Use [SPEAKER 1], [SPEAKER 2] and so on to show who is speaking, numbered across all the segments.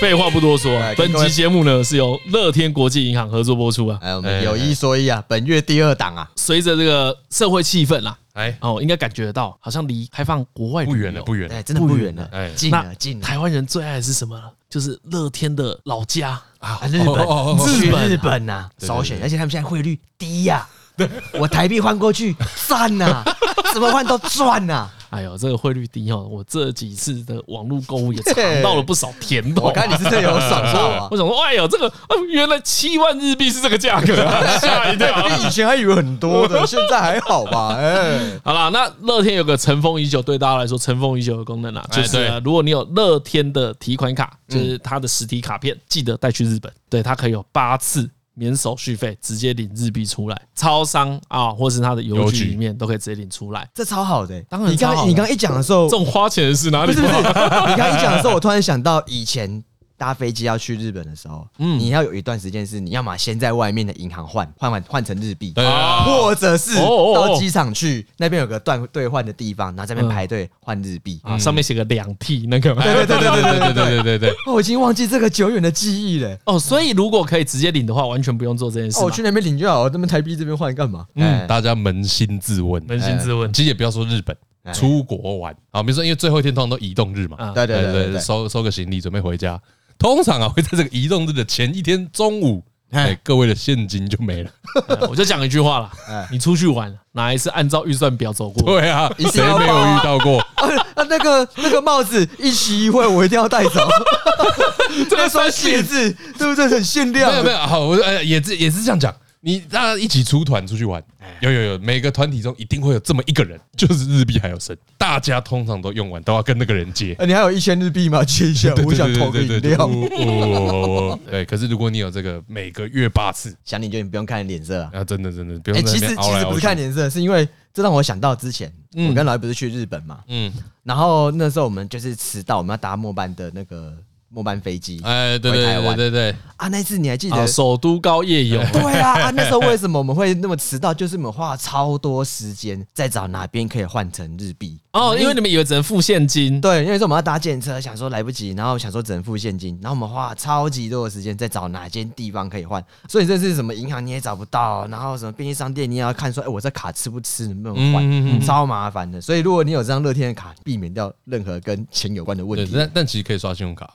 [SPEAKER 1] 废话不多说
[SPEAKER 2] 哎，跟
[SPEAKER 1] 本
[SPEAKER 2] 各位
[SPEAKER 1] 集节目呢是由乐天国际银行合作播出啊。
[SPEAKER 2] 哎，我们有一说一啊，本月第二档啊，
[SPEAKER 1] 随着这个社会气氛啦，
[SPEAKER 3] 哎，
[SPEAKER 1] 哦，应该感觉得到，好像离开放国外
[SPEAKER 3] 不远了，
[SPEAKER 1] 旅游
[SPEAKER 3] 不远了
[SPEAKER 2] 哎，真的不远了
[SPEAKER 3] 哎，
[SPEAKER 2] 近
[SPEAKER 1] 那
[SPEAKER 2] 了，近了。
[SPEAKER 1] 台湾人最爱的是什么呢？就是乐天的老家，
[SPEAKER 3] 啊
[SPEAKER 2] 啊，日
[SPEAKER 3] 哦哦哦
[SPEAKER 2] 本，
[SPEAKER 3] 哦
[SPEAKER 2] 去
[SPEAKER 1] 日本啊
[SPEAKER 2] 日本呐，
[SPEAKER 3] 对
[SPEAKER 2] 首选，而且他们现在汇率低呀，我台币换过去赚呐，怎么换都赚呐。
[SPEAKER 1] 哎呦，这个汇率低哦，我这几次的网络购物也尝到了不少甜头啊。
[SPEAKER 2] 我看你是真的有爽到啊
[SPEAKER 1] 我！想说，哎呦，这个啊原来七万日币是这个价格 啊，吓一跳。
[SPEAKER 2] 以前还以为很多的，现在还好吧？哎，
[SPEAKER 1] 好啦，那乐天有个尘封已久，对大家来说尘封已久的功能啊，
[SPEAKER 3] 哎
[SPEAKER 1] 就是
[SPEAKER 3] 对
[SPEAKER 1] 呃如果你有乐天的提款卡，就是它的实体卡片，记得带去日本，对它可以有八次免手续费，直接领日币出来，超商啊，或是它的邮
[SPEAKER 3] 邮
[SPEAKER 1] 局
[SPEAKER 3] 局
[SPEAKER 1] 里面都可以直接领出来。
[SPEAKER 2] 这超好的欸。
[SPEAKER 1] 当然
[SPEAKER 2] 你
[SPEAKER 1] 超好
[SPEAKER 2] 刚
[SPEAKER 1] 的
[SPEAKER 2] 你刚一讲的时候
[SPEAKER 1] 这，种花钱的事哪
[SPEAKER 2] 哦不
[SPEAKER 1] 里
[SPEAKER 2] 是
[SPEAKER 1] 不
[SPEAKER 2] 不是，
[SPEAKER 1] 好？
[SPEAKER 2] 你刚一讲的时候，我突然想到以前搭飞机要去日本的时候，
[SPEAKER 1] 嗯
[SPEAKER 2] 你要有一段时间是你要么先在外面的银行换换换换成日币，
[SPEAKER 3] 对啊，
[SPEAKER 2] 或者是
[SPEAKER 1] 哦哦哦
[SPEAKER 2] 到机场去那边有个兑兑换的地方，然后在那
[SPEAKER 1] 嗯
[SPEAKER 2] 边排队换日币。嗯
[SPEAKER 1] 啊，上面写个两 T 那个嘛。
[SPEAKER 3] 对对对对对 对对对对，
[SPEAKER 2] 哦我已经忘记这个久远的记忆了。
[SPEAKER 1] 哦，所以如果可以直接领的话，完全不用做这件事
[SPEAKER 2] 哦，
[SPEAKER 1] 嘛。
[SPEAKER 2] 我去那边领就好了，这边台币这边换干嘛？
[SPEAKER 3] 嗯，
[SPEAKER 2] 嗯，
[SPEAKER 3] 大家扪心自问，
[SPEAKER 1] 扪心自问，
[SPEAKER 3] 其实也不要说日本，
[SPEAKER 2] 哎
[SPEAKER 3] 出国玩啊，比如说因为最后一天通常都移动日嘛，
[SPEAKER 1] 啊
[SPEAKER 2] 对对对对对，
[SPEAKER 3] 收收个行李准备回家，通常啊会在这个移动日的前一天中午，哎，各位的现金就没了。
[SPEAKER 1] 哎我就讲一句话啦
[SPEAKER 2] 哎，
[SPEAKER 1] 你出去玩哪一次按照预算表走过？
[SPEAKER 3] 对啊，
[SPEAKER 2] 一定
[SPEAKER 3] 谁
[SPEAKER 2] 要
[SPEAKER 3] 没有
[SPEAKER 2] 报啊
[SPEAKER 3] 遇到过？
[SPEAKER 2] 啊，那个那个帽子一期一会，我一定要带走。这个双鞋子对不对？很限量
[SPEAKER 3] 没有没有，好，我呃也是也是这样讲。你大家一起出团出去玩，有有有，每个团体中一定会有这么一个人，就是日币还有剩，大家通常都用完，都要跟那个人借。
[SPEAKER 2] 呃你还有一千日币吗？借一 下，我想投个饮料。
[SPEAKER 3] 料。对，可是如果你有这个每个月八次，
[SPEAKER 2] 想你就你不用看脸色啊。
[SPEAKER 3] 啊，真的真的不
[SPEAKER 2] 哎、
[SPEAKER 3] 用在
[SPEAKER 2] 其
[SPEAKER 3] 那
[SPEAKER 2] 实其
[SPEAKER 3] 边熬来
[SPEAKER 2] 实不
[SPEAKER 3] 熬
[SPEAKER 2] 是
[SPEAKER 3] 去
[SPEAKER 2] 看。脸色，是因为这让我想到之前、我跟老爷不是去日本嘛，
[SPEAKER 3] 嗯，
[SPEAKER 2] 然后那时候我们就是迟到，我们要搭末班的那个末班飞机
[SPEAKER 3] 哎，对
[SPEAKER 2] 回台
[SPEAKER 3] 对
[SPEAKER 2] 湾
[SPEAKER 3] 对对对，
[SPEAKER 2] 啊。那次你还记得？
[SPEAKER 1] 啊，首都高夜游，
[SPEAKER 2] 对啊 啊，那时候为什么我们会那么迟到？就是我们花了超多时间在找哪边可以换成日币。
[SPEAKER 1] 哦，因为你们以为只能付现金，
[SPEAKER 2] 对，因为是我们要搭建车，想说来不及，然后想说只能付现金，然后我们花了超级多的时间在找哪间地方可以换，所以这是什么银行你也找不到，然后什么便利商店你也要看说，哎、我这卡吃不吃，能不能换，
[SPEAKER 3] 嗯嗯嗯
[SPEAKER 2] 超麻烦的。所以如果你有这张乐天的卡，避免掉任何跟钱有关的问
[SPEAKER 3] 对，
[SPEAKER 2] 题。
[SPEAKER 3] 但但其实可以刷信用卡。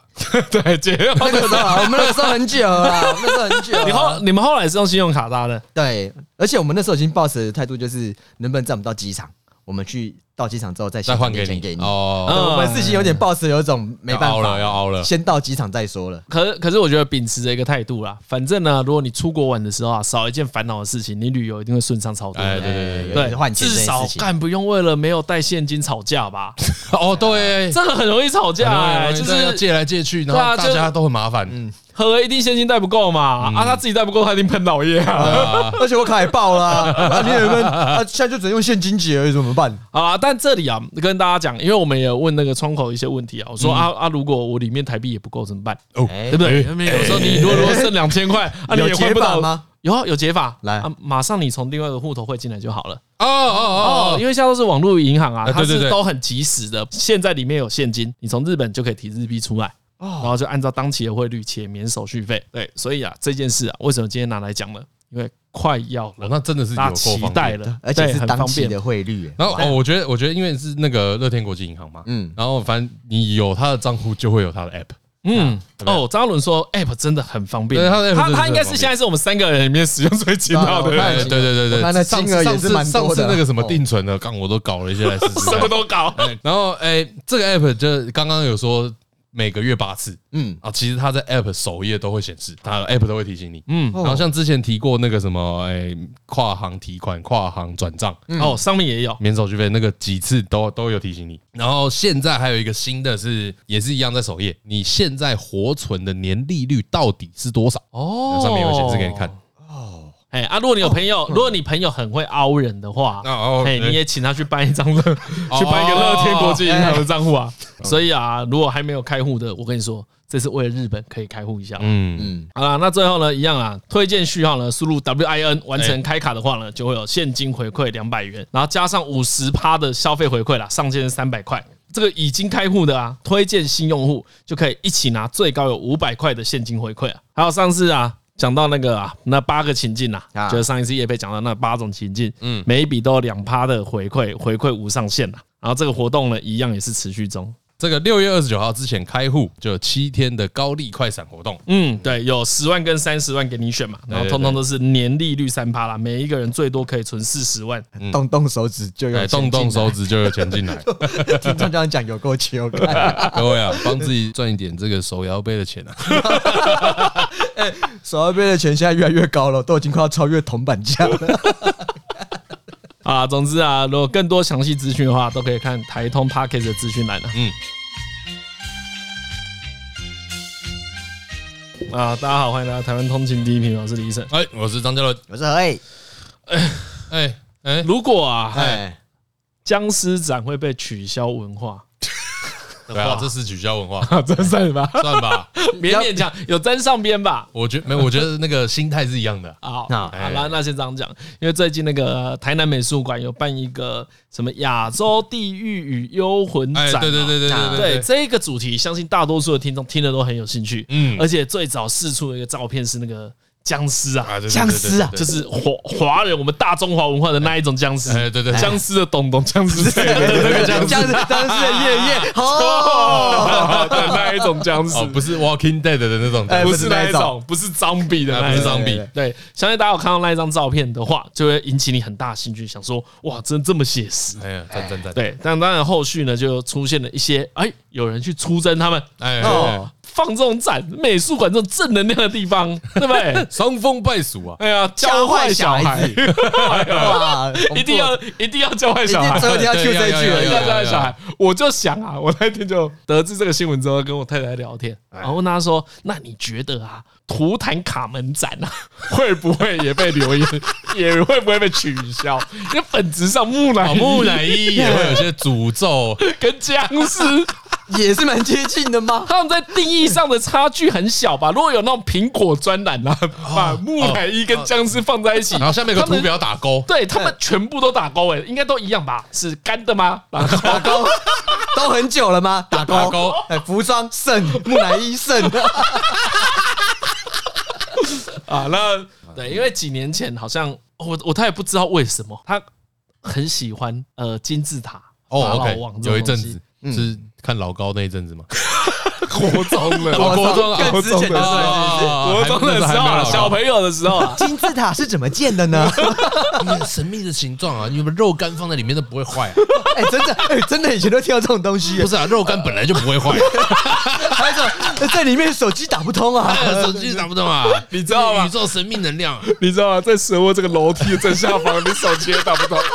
[SPEAKER 3] 对，姐，
[SPEAKER 2] 那个时候啊，我们那个时候很久了啊，我们那时候很久 了啊。
[SPEAKER 1] 你后你们后来是用信用卡搭的，
[SPEAKER 2] 对，而且我们那时候已经抱持的态度就是，能不能在我们到机场，我们去到机场之后再
[SPEAKER 3] 再换给
[SPEAKER 2] 钱
[SPEAKER 3] 你
[SPEAKER 2] 给你。对
[SPEAKER 3] 哦，
[SPEAKER 2] 我们事情有点抱持有一种没办
[SPEAKER 3] 要熬
[SPEAKER 2] 法
[SPEAKER 3] 了要熬
[SPEAKER 1] 嗯
[SPEAKER 3] 了
[SPEAKER 2] 先到机场再说了。
[SPEAKER 1] 可可是我觉得秉持着一个态度啦，反正呢，如果你出国玩的时候啊，少一件烦恼的事情，你旅游一定会顺畅超多的。
[SPEAKER 3] 哎对对对
[SPEAKER 2] 有点换钱
[SPEAKER 1] 至
[SPEAKER 2] 这件
[SPEAKER 1] 少
[SPEAKER 2] 事情。哎
[SPEAKER 1] 干不用为了没有带现金吵架 吧，
[SPEAKER 3] 哦，对，
[SPEAKER 1] 这个很容易吵架、哎，就
[SPEAKER 3] 要
[SPEAKER 1] 是
[SPEAKER 3] 借来借去，然
[SPEAKER 1] 对啊
[SPEAKER 3] 后
[SPEAKER 1] 就
[SPEAKER 3] 大家都很麻烦。
[SPEAKER 1] 何一定现金带不够嘛，
[SPEAKER 2] 嗯
[SPEAKER 1] 啊，他自己带不够，他一定喷老爷啊。
[SPEAKER 3] 啊，
[SPEAKER 2] 而且我卡也爆 了啊，啊你有没有？啊，现在就只能用现金结而已，怎么办？
[SPEAKER 1] 好啦，但这里啊，跟大家讲，因为我们也问那个窗口一些问题啊，我
[SPEAKER 2] 嗯
[SPEAKER 1] 说、啊啊，如果我里面台币也不够怎么办？
[SPEAKER 3] 哦，
[SPEAKER 2] 哎
[SPEAKER 1] 对不对？因为有时候你如果如果剩两千块，啊，你
[SPEAKER 2] 有
[SPEAKER 1] 也换
[SPEAKER 2] 解
[SPEAKER 1] 不
[SPEAKER 2] 法
[SPEAKER 1] 到？
[SPEAKER 2] 吗？
[SPEAKER 1] 有啊有解法，
[SPEAKER 2] 来
[SPEAKER 1] 啊，马上你从另外一个户头汇进来就好了。
[SPEAKER 3] 哦哦
[SPEAKER 1] 哦
[SPEAKER 3] 哦，，
[SPEAKER 1] 因为现在都是网络银行啊，
[SPEAKER 3] 呃
[SPEAKER 1] 它
[SPEAKER 3] 对对
[SPEAKER 1] 是
[SPEAKER 3] 对
[SPEAKER 1] 都很及时的。现在里面有现金，你从日本就可以提日币出来，
[SPEAKER 2] 哦
[SPEAKER 1] 然后就按照当期的汇率且免手续费。对，所以啊，这件事啊，为什么今天拿来讲呢？因为快要
[SPEAKER 3] 哦
[SPEAKER 1] 了，
[SPEAKER 3] 那真的是有
[SPEAKER 1] 大家
[SPEAKER 3] 够
[SPEAKER 1] 期
[SPEAKER 3] 方便
[SPEAKER 1] 待。了，
[SPEAKER 2] 而且
[SPEAKER 1] 对
[SPEAKER 2] 是
[SPEAKER 1] 很
[SPEAKER 2] 当
[SPEAKER 1] 方
[SPEAKER 2] 期
[SPEAKER 1] 便
[SPEAKER 2] 的汇率。哎
[SPEAKER 3] 然后哦，我觉得我觉得因为是那个乐天国际银行嘛，
[SPEAKER 2] 嗯
[SPEAKER 3] 嗯，然后反正你有他的账户就会有他的 app，
[SPEAKER 1] 嗯，
[SPEAKER 3] 对不对
[SPEAKER 1] 哦，张嘉伦说 App 真的很方便，
[SPEAKER 3] 啊对它的 app
[SPEAKER 1] 他
[SPEAKER 3] 真的
[SPEAKER 1] 他
[SPEAKER 3] 是
[SPEAKER 1] 应该
[SPEAKER 3] 很
[SPEAKER 1] 是
[SPEAKER 3] 方便
[SPEAKER 1] 现在是我们三个人里面使用最勤劳的
[SPEAKER 2] 对啊
[SPEAKER 1] 人，
[SPEAKER 3] 哎对对对
[SPEAKER 2] 我
[SPEAKER 3] 对
[SPEAKER 2] 看
[SPEAKER 3] 对，
[SPEAKER 2] 那
[SPEAKER 3] 上
[SPEAKER 2] 金额
[SPEAKER 3] 次上
[SPEAKER 2] 也是蛮
[SPEAKER 3] 次
[SPEAKER 2] 多的啊
[SPEAKER 3] 上次那个什么定存的，刚我都搞了一些来试试
[SPEAKER 1] 什
[SPEAKER 3] 看
[SPEAKER 1] 么。都搞。
[SPEAKER 3] 哎然后哎，这个 app 就刚刚有说每个月八次
[SPEAKER 2] 嗯，
[SPEAKER 3] 啊，其实它在 app 首页都会显示，它的 app 都会提醒你。
[SPEAKER 1] 嗯，
[SPEAKER 2] 哦
[SPEAKER 3] 然后像之前提过那个什么，哎，跨行提款、跨行转账，
[SPEAKER 2] 嗯
[SPEAKER 1] 哦，上面也有，
[SPEAKER 3] 免手续费那个几次都都有提醒你。然后现在还有一个新的是，也是一样在首页，你现在活存的年利率到底是多少？
[SPEAKER 1] 哦
[SPEAKER 3] 上面有显示给你看。。
[SPEAKER 1] 哎啊，如果你有朋友，如果你朋友很会凹人的话，
[SPEAKER 3] 那哦
[SPEAKER 1] 哎，
[SPEAKER 3] 对哦
[SPEAKER 1] 你也请他去办一张乐，去办一个乐天国际银行的账户啊。
[SPEAKER 3] 哎
[SPEAKER 1] 所以啊，如果还没有开户的，我跟你说，这是为了日本可以开户一下。
[SPEAKER 3] 嗯，
[SPEAKER 1] 好啦，那最后呢，一样啊，推荐序号呢，输入 WIN 完成开卡的话呢，就会有现金回馈两百元，然后加上五十趴的消费回馈啦，上限三百块。这个已经开户的啊，推荐新用户就可以一起拿最高有五百块的现金回馈啊。还有上次啊，讲到那个啊，那八个情境啊，
[SPEAKER 2] 啊
[SPEAKER 1] 就是上一次叶贝讲到那八种情境，
[SPEAKER 3] 嗯
[SPEAKER 1] 嗯，每一笔都有两趴的回馈，回馈无上限啊。然后这个活动呢，一样也是持续中。
[SPEAKER 3] 这个六月二十九号之前开户，就有七天的高利快闪活动。
[SPEAKER 1] 嗯，对，有十万跟三十万给你选嘛，然后通通都是年利率三趴啦，每一个人最多可以存四十万。
[SPEAKER 2] 动动手指就有
[SPEAKER 3] 哎，
[SPEAKER 2] 钱
[SPEAKER 3] 动动
[SPEAKER 2] 进来
[SPEAKER 3] 手，指就有钱进来，
[SPEAKER 2] 听众这样讲有够球感。
[SPEAKER 3] 各位啊，帮自己赚一点这个手摇杯的钱 啊！
[SPEAKER 2] 手摇杯的钱现在越来越高了，都已经快要超越铜板价了。
[SPEAKER 1] 啊，总之啊，如果更多详细资讯的话，都可以看台通 Parkes 的资讯栏了。
[SPEAKER 3] 嗯
[SPEAKER 1] 嗯。啊，大家好，欢迎来到台湾通勤第一品，我是李医生。
[SPEAKER 3] 哎，我是张嘉伦。
[SPEAKER 2] 我说哎
[SPEAKER 3] 哎哎，
[SPEAKER 1] 如果啊，
[SPEAKER 2] 哎，
[SPEAKER 1] 僵尸展会被取消文 化，
[SPEAKER 3] 对啊，这是取消文化，
[SPEAKER 1] 啊，真算吧，
[SPEAKER 3] 算吧。
[SPEAKER 1] 勉勉强有沾上边吧。
[SPEAKER 3] 我觉没有，我觉得那个心态是一样的。
[SPEAKER 1] 好，
[SPEAKER 2] 那
[SPEAKER 1] 好啦，那先这样讲，因为最近那个台南美术馆有办一个什么亚洲地狱与幽魂展
[SPEAKER 3] 哎，
[SPEAKER 1] 啊，
[SPEAKER 3] 对对对对
[SPEAKER 1] 对
[SPEAKER 3] 对对，
[SPEAKER 1] 这个主题，相信大多数的听众听了都很有兴趣。
[SPEAKER 3] 嗯
[SPEAKER 1] 而且最早试出的一个照片是那个僵尸啊，
[SPEAKER 3] 啊，对
[SPEAKER 2] 僵尸啊
[SPEAKER 1] 就。是华华人我们大中华文化的那一种僵尸。
[SPEAKER 3] 哎对对对
[SPEAKER 1] 僵尸的东东，僵尸的那哎个僵尸
[SPEAKER 2] 这样子，这样子夜夜哦，
[SPEAKER 1] 的那一种僵尸
[SPEAKER 3] 哦，，不是 Walking Dead 的那种，
[SPEAKER 2] 哎
[SPEAKER 1] 不
[SPEAKER 2] 不是
[SPEAKER 1] 是
[SPEAKER 2] 那
[SPEAKER 1] 那
[SPEAKER 2] 一
[SPEAKER 1] 一
[SPEAKER 2] 种
[SPEAKER 1] 种，不是 zombie 的
[SPEAKER 3] 啊
[SPEAKER 1] 那
[SPEAKER 3] 不
[SPEAKER 1] 一
[SPEAKER 3] 是
[SPEAKER 1] 种。
[SPEAKER 3] 装逼
[SPEAKER 2] 对对，
[SPEAKER 1] 对，相信大家有看到那一张照片的话，就会引起你很大的兴趣，想说哇，真这么写实。
[SPEAKER 3] 哎呀，赞赞赞，
[SPEAKER 1] 对，但当然后续呢，就出现了一些哎，有人去出征他们，
[SPEAKER 3] 哎，
[SPEAKER 2] 哦
[SPEAKER 3] 哎？
[SPEAKER 1] 放这种展，美术馆这种正能量的地方，对不对
[SPEAKER 3] 伤风败俗啊，
[SPEAKER 1] 哎呀，
[SPEAKER 2] 教
[SPEAKER 1] 教
[SPEAKER 2] 坏
[SPEAKER 1] 坏
[SPEAKER 2] 小
[SPEAKER 1] 小
[SPEAKER 2] 孩
[SPEAKER 1] 孩，哎
[SPEAKER 2] 子，哇，
[SPEAKER 1] 啊一定要一定要教坏
[SPEAKER 2] 一定
[SPEAKER 1] 小孩，
[SPEAKER 2] 最后一定要 Q 这一句
[SPEAKER 1] 一定要
[SPEAKER 3] 哎对
[SPEAKER 1] 教
[SPEAKER 2] 了。
[SPEAKER 1] 坏小孩。我就想啊，我那天就得知这个新闻之后，跟我太太聊天，
[SPEAKER 3] 哎
[SPEAKER 1] 然后问她说：“那你觉得啊，图坦卡门展啊， 会不会也被留言， 也会不会被取消？因为本质上木乃
[SPEAKER 3] 哦，
[SPEAKER 1] 伊
[SPEAKER 3] 木乃伊也会有些诅咒，
[SPEAKER 1] 跟僵尸，
[SPEAKER 2] 也是蛮接近的吗？
[SPEAKER 1] 他们在定义上的差距很小吧？如果有那种苹果专栏啊，
[SPEAKER 3] 哦
[SPEAKER 1] 把木乃伊跟僵尸放在一起，
[SPEAKER 3] 然后下面有个图表打 勾，
[SPEAKER 1] 对他们全部都打勾诶、应该都一样吧？是干的吗？打勾
[SPEAKER 2] 打勾都很久了吗？打勾，
[SPEAKER 3] 打勾
[SPEAKER 2] 哎，服装肾，木乃伊肾，
[SPEAKER 1] 啊，那对，因为几年前好像我我他也不知道为什么，他很喜欢呃金字塔
[SPEAKER 3] 哦
[SPEAKER 1] 法老
[SPEAKER 3] ，OK，
[SPEAKER 1] 王这种
[SPEAKER 3] 有一阵
[SPEAKER 1] 东西
[SPEAKER 3] 子是看老高那一阵子嘛，
[SPEAKER 1] 国中了，
[SPEAKER 3] 哦国中啊啊
[SPEAKER 2] 更之前的
[SPEAKER 1] 国
[SPEAKER 2] 事。
[SPEAKER 1] 国中的时候啊，小朋友的时候 啊，
[SPEAKER 2] 金字塔是怎么建的 呢？
[SPEAKER 3] 友神秘的形状啊，你们肉干放在里面都不会 坏啊，
[SPEAKER 2] 哎、真的，哎、真的以前都听到这种东西耶
[SPEAKER 3] 不，是啊，肉干本来就不会坏，
[SPEAKER 2] 还有什么哎在里面手机打不通 啊？
[SPEAKER 3] 手机打不动啊，
[SPEAKER 1] 你知道吗
[SPEAKER 3] 宇宙神秘能量啊，
[SPEAKER 1] 你知道吗？在蛇窝这个楼梯的正下方，你手机也打不到。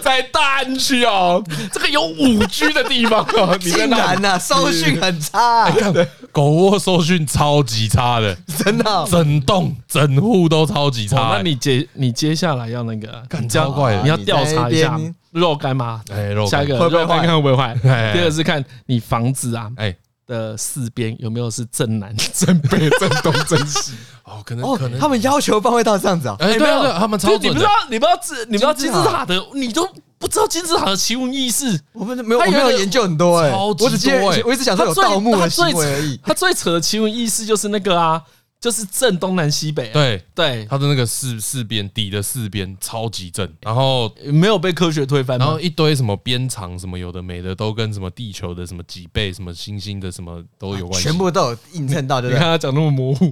[SPEAKER 1] 在大安区哦，这个有五 G 的地方哦，你在
[SPEAKER 2] 竟
[SPEAKER 1] 那
[SPEAKER 2] 然
[SPEAKER 1] 里
[SPEAKER 2] 呐、啊，收讯很差、
[SPEAKER 3] 哎狗窝搜讯超级差的，
[SPEAKER 2] 真 的哦、
[SPEAKER 3] 整栋整户都超级
[SPEAKER 1] 哦
[SPEAKER 3] 差、
[SPEAKER 1] 那你接你接下来要那个，
[SPEAKER 3] 干
[SPEAKER 1] 你这样
[SPEAKER 3] 超怪的
[SPEAKER 1] 你要调查一
[SPEAKER 2] 你在那
[SPEAKER 1] 下
[SPEAKER 2] 边
[SPEAKER 1] 肉干吗？
[SPEAKER 3] 哎肉干
[SPEAKER 1] 下一个
[SPEAKER 2] 会不会
[SPEAKER 1] 肉干
[SPEAKER 2] 坏
[SPEAKER 1] 看会不会坏？
[SPEAKER 3] 哎
[SPEAKER 1] 第二个是看你房子啊
[SPEAKER 3] 哎、
[SPEAKER 1] 的四边有没有是正南、 正北、正东、正西。
[SPEAKER 3] 哦，可能、可
[SPEAKER 2] 哦，
[SPEAKER 3] 能
[SPEAKER 2] 他们要求范围到这样子啊、
[SPEAKER 3] 哎、
[SPEAKER 1] 哎
[SPEAKER 3] 对啊
[SPEAKER 1] 没
[SPEAKER 3] 对
[SPEAKER 1] 有
[SPEAKER 3] 啊，他们
[SPEAKER 1] 就
[SPEAKER 3] 超
[SPEAKER 1] 你
[SPEAKER 3] 准
[SPEAKER 1] 不
[SPEAKER 3] 的
[SPEAKER 1] 知道，你不知道自，你不知道
[SPEAKER 2] 金
[SPEAKER 1] 金
[SPEAKER 2] 字塔
[SPEAKER 1] 字塔的，你都不知道金字塔的奇闻异事。
[SPEAKER 2] 我们没有，我
[SPEAKER 1] 他有
[SPEAKER 2] 没
[SPEAKER 1] 一个
[SPEAKER 2] 有研究很多哎、
[SPEAKER 3] 超级多
[SPEAKER 2] 我只记得
[SPEAKER 3] 哎
[SPEAKER 2] 我一直想说
[SPEAKER 1] 他
[SPEAKER 2] 有
[SPEAKER 1] 最
[SPEAKER 2] 盗墓的
[SPEAKER 1] 他
[SPEAKER 2] 行
[SPEAKER 1] 最
[SPEAKER 2] 为而已。
[SPEAKER 1] 他最扯的奇闻异事就是那个啊，就是正东南西北啊。
[SPEAKER 3] 对，
[SPEAKER 1] 对，
[SPEAKER 3] 他的那个四四边底的四边超级正，然后
[SPEAKER 1] 没有被科学推翻
[SPEAKER 3] 然后
[SPEAKER 1] 吗。
[SPEAKER 3] 一堆什么边长什么有的没的，都跟什么地球的什么几倍什么星星的什么都有关系，
[SPEAKER 2] 全部都有印证到，对
[SPEAKER 1] 你
[SPEAKER 2] 不
[SPEAKER 1] 看
[SPEAKER 2] 对？
[SPEAKER 1] 他讲那么模糊，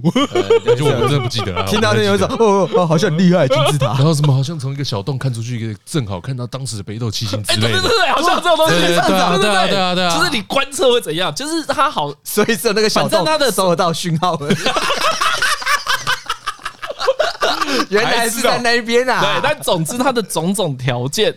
[SPEAKER 3] 对就我们真的不记得了。
[SPEAKER 2] 听到
[SPEAKER 3] 我
[SPEAKER 2] 那
[SPEAKER 3] 们真的
[SPEAKER 2] 有一
[SPEAKER 3] 不记
[SPEAKER 2] 种
[SPEAKER 3] 得，
[SPEAKER 2] 哦
[SPEAKER 1] 啊
[SPEAKER 2] 哦，好像很厉害金字塔
[SPEAKER 3] 然，后什么好像从一个小洞看出去，一个正好看到当时的北斗七星之
[SPEAKER 1] 哎，对
[SPEAKER 3] 类
[SPEAKER 1] 对
[SPEAKER 3] 的
[SPEAKER 1] 对，对，好像有这种东西，
[SPEAKER 3] 对对对对啊对啊对啊对啊
[SPEAKER 1] 就是你观测会怎样？就是它好
[SPEAKER 2] 所以只有那个小
[SPEAKER 1] 反
[SPEAKER 2] 洞
[SPEAKER 1] 正他的
[SPEAKER 2] 收得到讯号 而已。原来是在那边
[SPEAKER 1] 对
[SPEAKER 2] 啊！，
[SPEAKER 1] 但总之它的种种条件，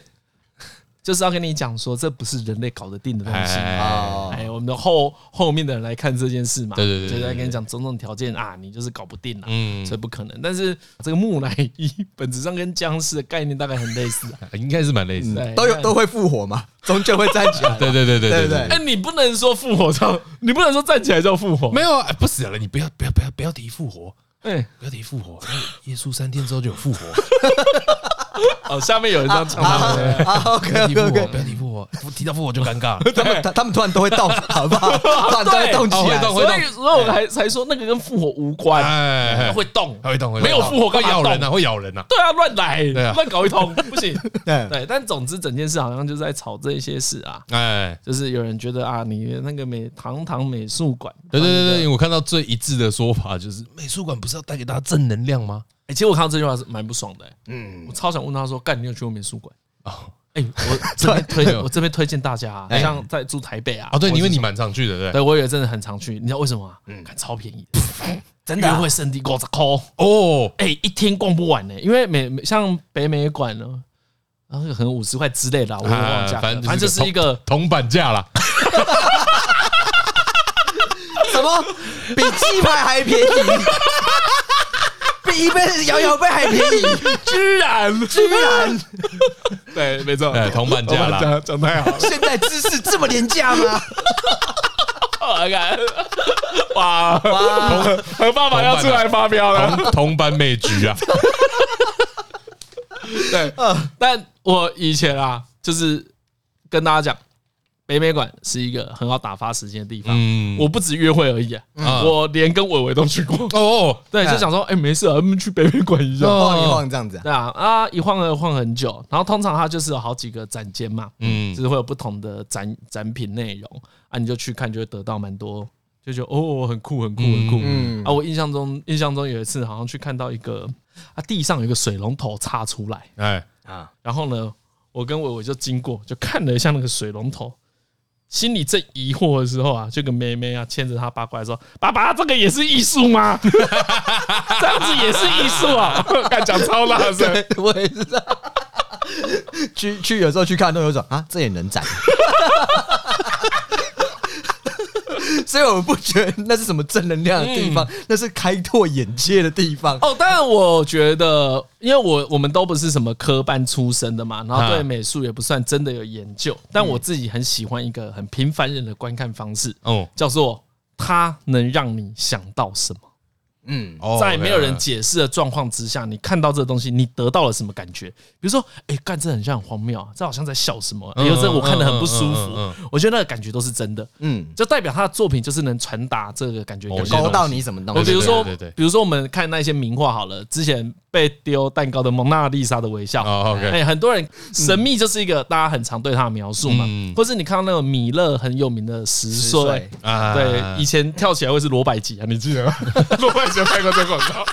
[SPEAKER 1] 就是要跟你讲说，这不是人类搞得定的东西。
[SPEAKER 3] 哎，
[SPEAKER 2] 哦，
[SPEAKER 1] 哎，我们的后后面的人来看这件事嘛，
[SPEAKER 3] 对对对对
[SPEAKER 1] 就在跟你讲种种条件啊，你就是搞不定啊，
[SPEAKER 3] 嗯
[SPEAKER 1] 所以不可能。但是这个木乃伊本质上跟僵尸的概念大概很类 似啊，
[SPEAKER 3] 应该是蛮类似的。
[SPEAKER 1] 对
[SPEAKER 2] 嗯都有都。会复活嘛， 终究会站起来。
[SPEAKER 3] 对对对对
[SPEAKER 2] 对对
[SPEAKER 3] 对对
[SPEAKER 1] 那。哎，你不能说复活叫，你不能说站起来叫复活，
[SPEAKER 3] 没有啊，哎不死了，你不要不要不要不要提复活，
[SPEAKER 1] 哎，
[SPEAKER 3] 不要提复活，耶稣三天之后就有复活，
[SPEAKER 1] 哦，下面有人这样讲
[SPEAKER 2] 啊
[SPEAKER 1] 他们，
[SPEAKER 2] 啊
[SPEAKER 3] 不要
[SPEAKER 2] ，OK
[SPEAKER 3] 提
[SPEAKER 2] OK
[SPEAKER 3] 复活，
[SPEAKER 2] OK，
[SPEAKER 3] 不要提复活，哦，提到复活就尴尬了。
[SPEAKER 2] 啊 他们他他们突然都会动， 好不 好？突然都会动起
[SPEAKER 3] 哦会
[SPEAKER 1] 啊所
[SPEAKER 2] 来
[SPEAKER 3] 动，
[SPEAKER 1] 以所以我还才说那个跟复活无关，
[SPEAKER 3] 哎，
[SPEAKER 1] 会动，
[SPEAKER 3] 它会动，会
[SPEAKER 1] 没
[SPEAKER 3] 动
[SPEAKER 1] 有复活
[SPEAKER 3] 会
[SPEAKER 1] 干嘛
[SPEAKER 3] 咬
[SPEAKER 1] 动
[SPEAKER 3] 人啊，会咬人啊。
[SPEAKER 1] 对啊，乱来，
[SPEAKER 3] 对啊
[SPEAKER 1] 乱搞一通，不 行。
[SPEAKER 2] 对
[SPEAKER 1] 对，但总之整件事好像就是在吵这些事啊，
[SPEAKER 3] 哎，
[SPEAKER 1] 就是有人觉得啊，你那个美堂堂美术馆，
[SPEAKER 3] 对对对对，我看到最一致的说法就是，美术馆不是要带给大家正能量吗？
[SPEAKER 1] 哎、其实我看到这句话是蛮不爽的、嗯，我超想问他说，干，你有去过美术馆？
[SPEAKER 3] 哦
[SPEAKER 1] 哎、 我这边
[SPEAKER 3] 对
[SPEAKER 1] 推，我这边推荐大家、啊，
[SPEAKER 2] 哎
[SPEAKER 1] 像在住台北啊，
[SPEAKER 3] 啊，对，
[SPEAKER 1] 或者
[SPEAKER 3] 因为你
[SPEAKER 1] 什么
[SPEAKER 3] 蛮常去的，对不对
[SPEAKER 1] 对我也真的很常去，你知道为什么吗？嗯，超便宜，
[SPEAKER 2] 真的啊
[SPEAKER 1] 约会圣地五十块，
[SPEAKER 3] 哦，
[SPEAKER 1] 哎、一天逛不完呢、因为美像北美馆呢。然后可能五十块之类的啊，我也忘记了，
[SPEAKER 3] 啊反正就是
[SPEAKER 1] 反正就是一个
[SPEAKER 3] 铜板价啦，
[SPEAKER 2] 什么比鸡排还便宜， 比一杯摇摇杯还便 宜，
[SPEAKER 1] 居然
[SPEAKER 2] 居然
[SPEAKER 1] 对，没错，
[SPEAKER 3] 哎，铜板价 啦，
[SPEAKER 1] 讲讲太好了，
[SPEAKER 2] 现在知识这么廉价吗？
[SPEAKER 1] 我看，哇，
[SPEAKER 2] 哇，
[SPEAKER 1] 何爸爸要出来发飙了。
[SPEAKER 3] 铜铜板美 局啊，
[SPEAKER 1] 对， 但我以前啊，就是跟大家讲，北美馆是一个很好打发时间的地方。
[SPEAKER 3] 嗯，
[SPEAKER 1] 我不止约会而已啊、
[SPEAKER 3] 嗯
[SPEAKER 1] 我连跟伟伟都去过。
[SPEAKER 3] 哦
[SPEAKER 1] 对，就想说，哎、没事啊，我们去北美馆一下。
[SPEAKER 3] 哦
[SPEAKER 2] 晃一晃这样子啊，
[SPEAKER 1] 对啊，啊，一晃了晃很久，然后通常它就是有好几个展间嘛，
[SPEAKER 3] 嗯
[SPEAKER 1] 就是会有不同的展展品内容啊，你就去看，就会得到蛮多，就觉得哦，很酷，很酷，很酷。
[SPEAKER 2] 嗯
[SPEAKER 1] 啊，我印象中印象中有一次好像去看到一个啊，地上有一个水龙头插出来，
[SPEAKER 3] 哎，
[SPEAKER 2] 啊，
[SPEAKER 1] 然后呢，我跟伟伟就经过，就看了一下那个水龙头，心里正疑惑的时候啊，这个妹妹啊牵着他爸过来说：“爸爸，这个也是艺术吗？ 这样子也是艺术啊！”敢讲超 大声，
[SPEAKER 2] 对， 我也是这样。 去去，有时候去看都有一种啊，这也能展。 所以我不觉得那是什么正能量的地方，那是开拓眼界的地方。
[SPEAKER 1] 哦，当然，我觉得，因为我我们都不是什么科班出身的嘛，然后对美术也不算真的有研究，但我自己很喜欢一个很平凡人的观看方式，
[SPEAKER 3] 哦
[SPEAKER 1] 叫做它能让你想到什么。
[SPEAKER 2] 嗯，
[SPEAKER 3] 哦，
[SPEAKER 1] 在没有人解释的状况之下，你看到这个东西，你得到了什么感觉？比如说，哎，干这很像很荒谬啊，这好像在笑什么啊？
[SPEAKER 3] 嗯
[SPEAKER 1] 有这我看得很不舒
[SPEAKER 3] 嗯嗯嗯
[SPEAKER 1] 服，我觉得那个感觉都是真的，
[SPEAKER 2] 嗯，
[SPEAKER 1] 就代表他的作品就是能传达这个感觉给
[SPEAKER 3] 某
[SPEAKER 1] 你。
[SPEAKER 3] 些
[SPEAKER 2] 勾到你什么
[SPEAKER 1] 我
[SPEAKER 2] 东
[SPEAKER 1] 哦比
[SPEAKER 2] 西
[SPEAKER 1] 如？说
[SPEAKER 3] 对对对对，
[SPEAKER 1] 比如说我们看那些名画好了，之前被丢蛋糕的蒙娜丽莎的微笑，
[SPEAKER 3] 哦，OK
[SPEAKER 1] 哎，很多人神秘就是一个大家很常对他的描述嘛
[SPEAKER 3] 嗯，
[SPEAKER 1] 或是你看到那种米勒很有名的十岁，哎
[SPEAKER 3] 啊
[SPEAKER 1] 对，以前跳起来会是罗百吉啊，你记得吗？罗百吉拍过这广告。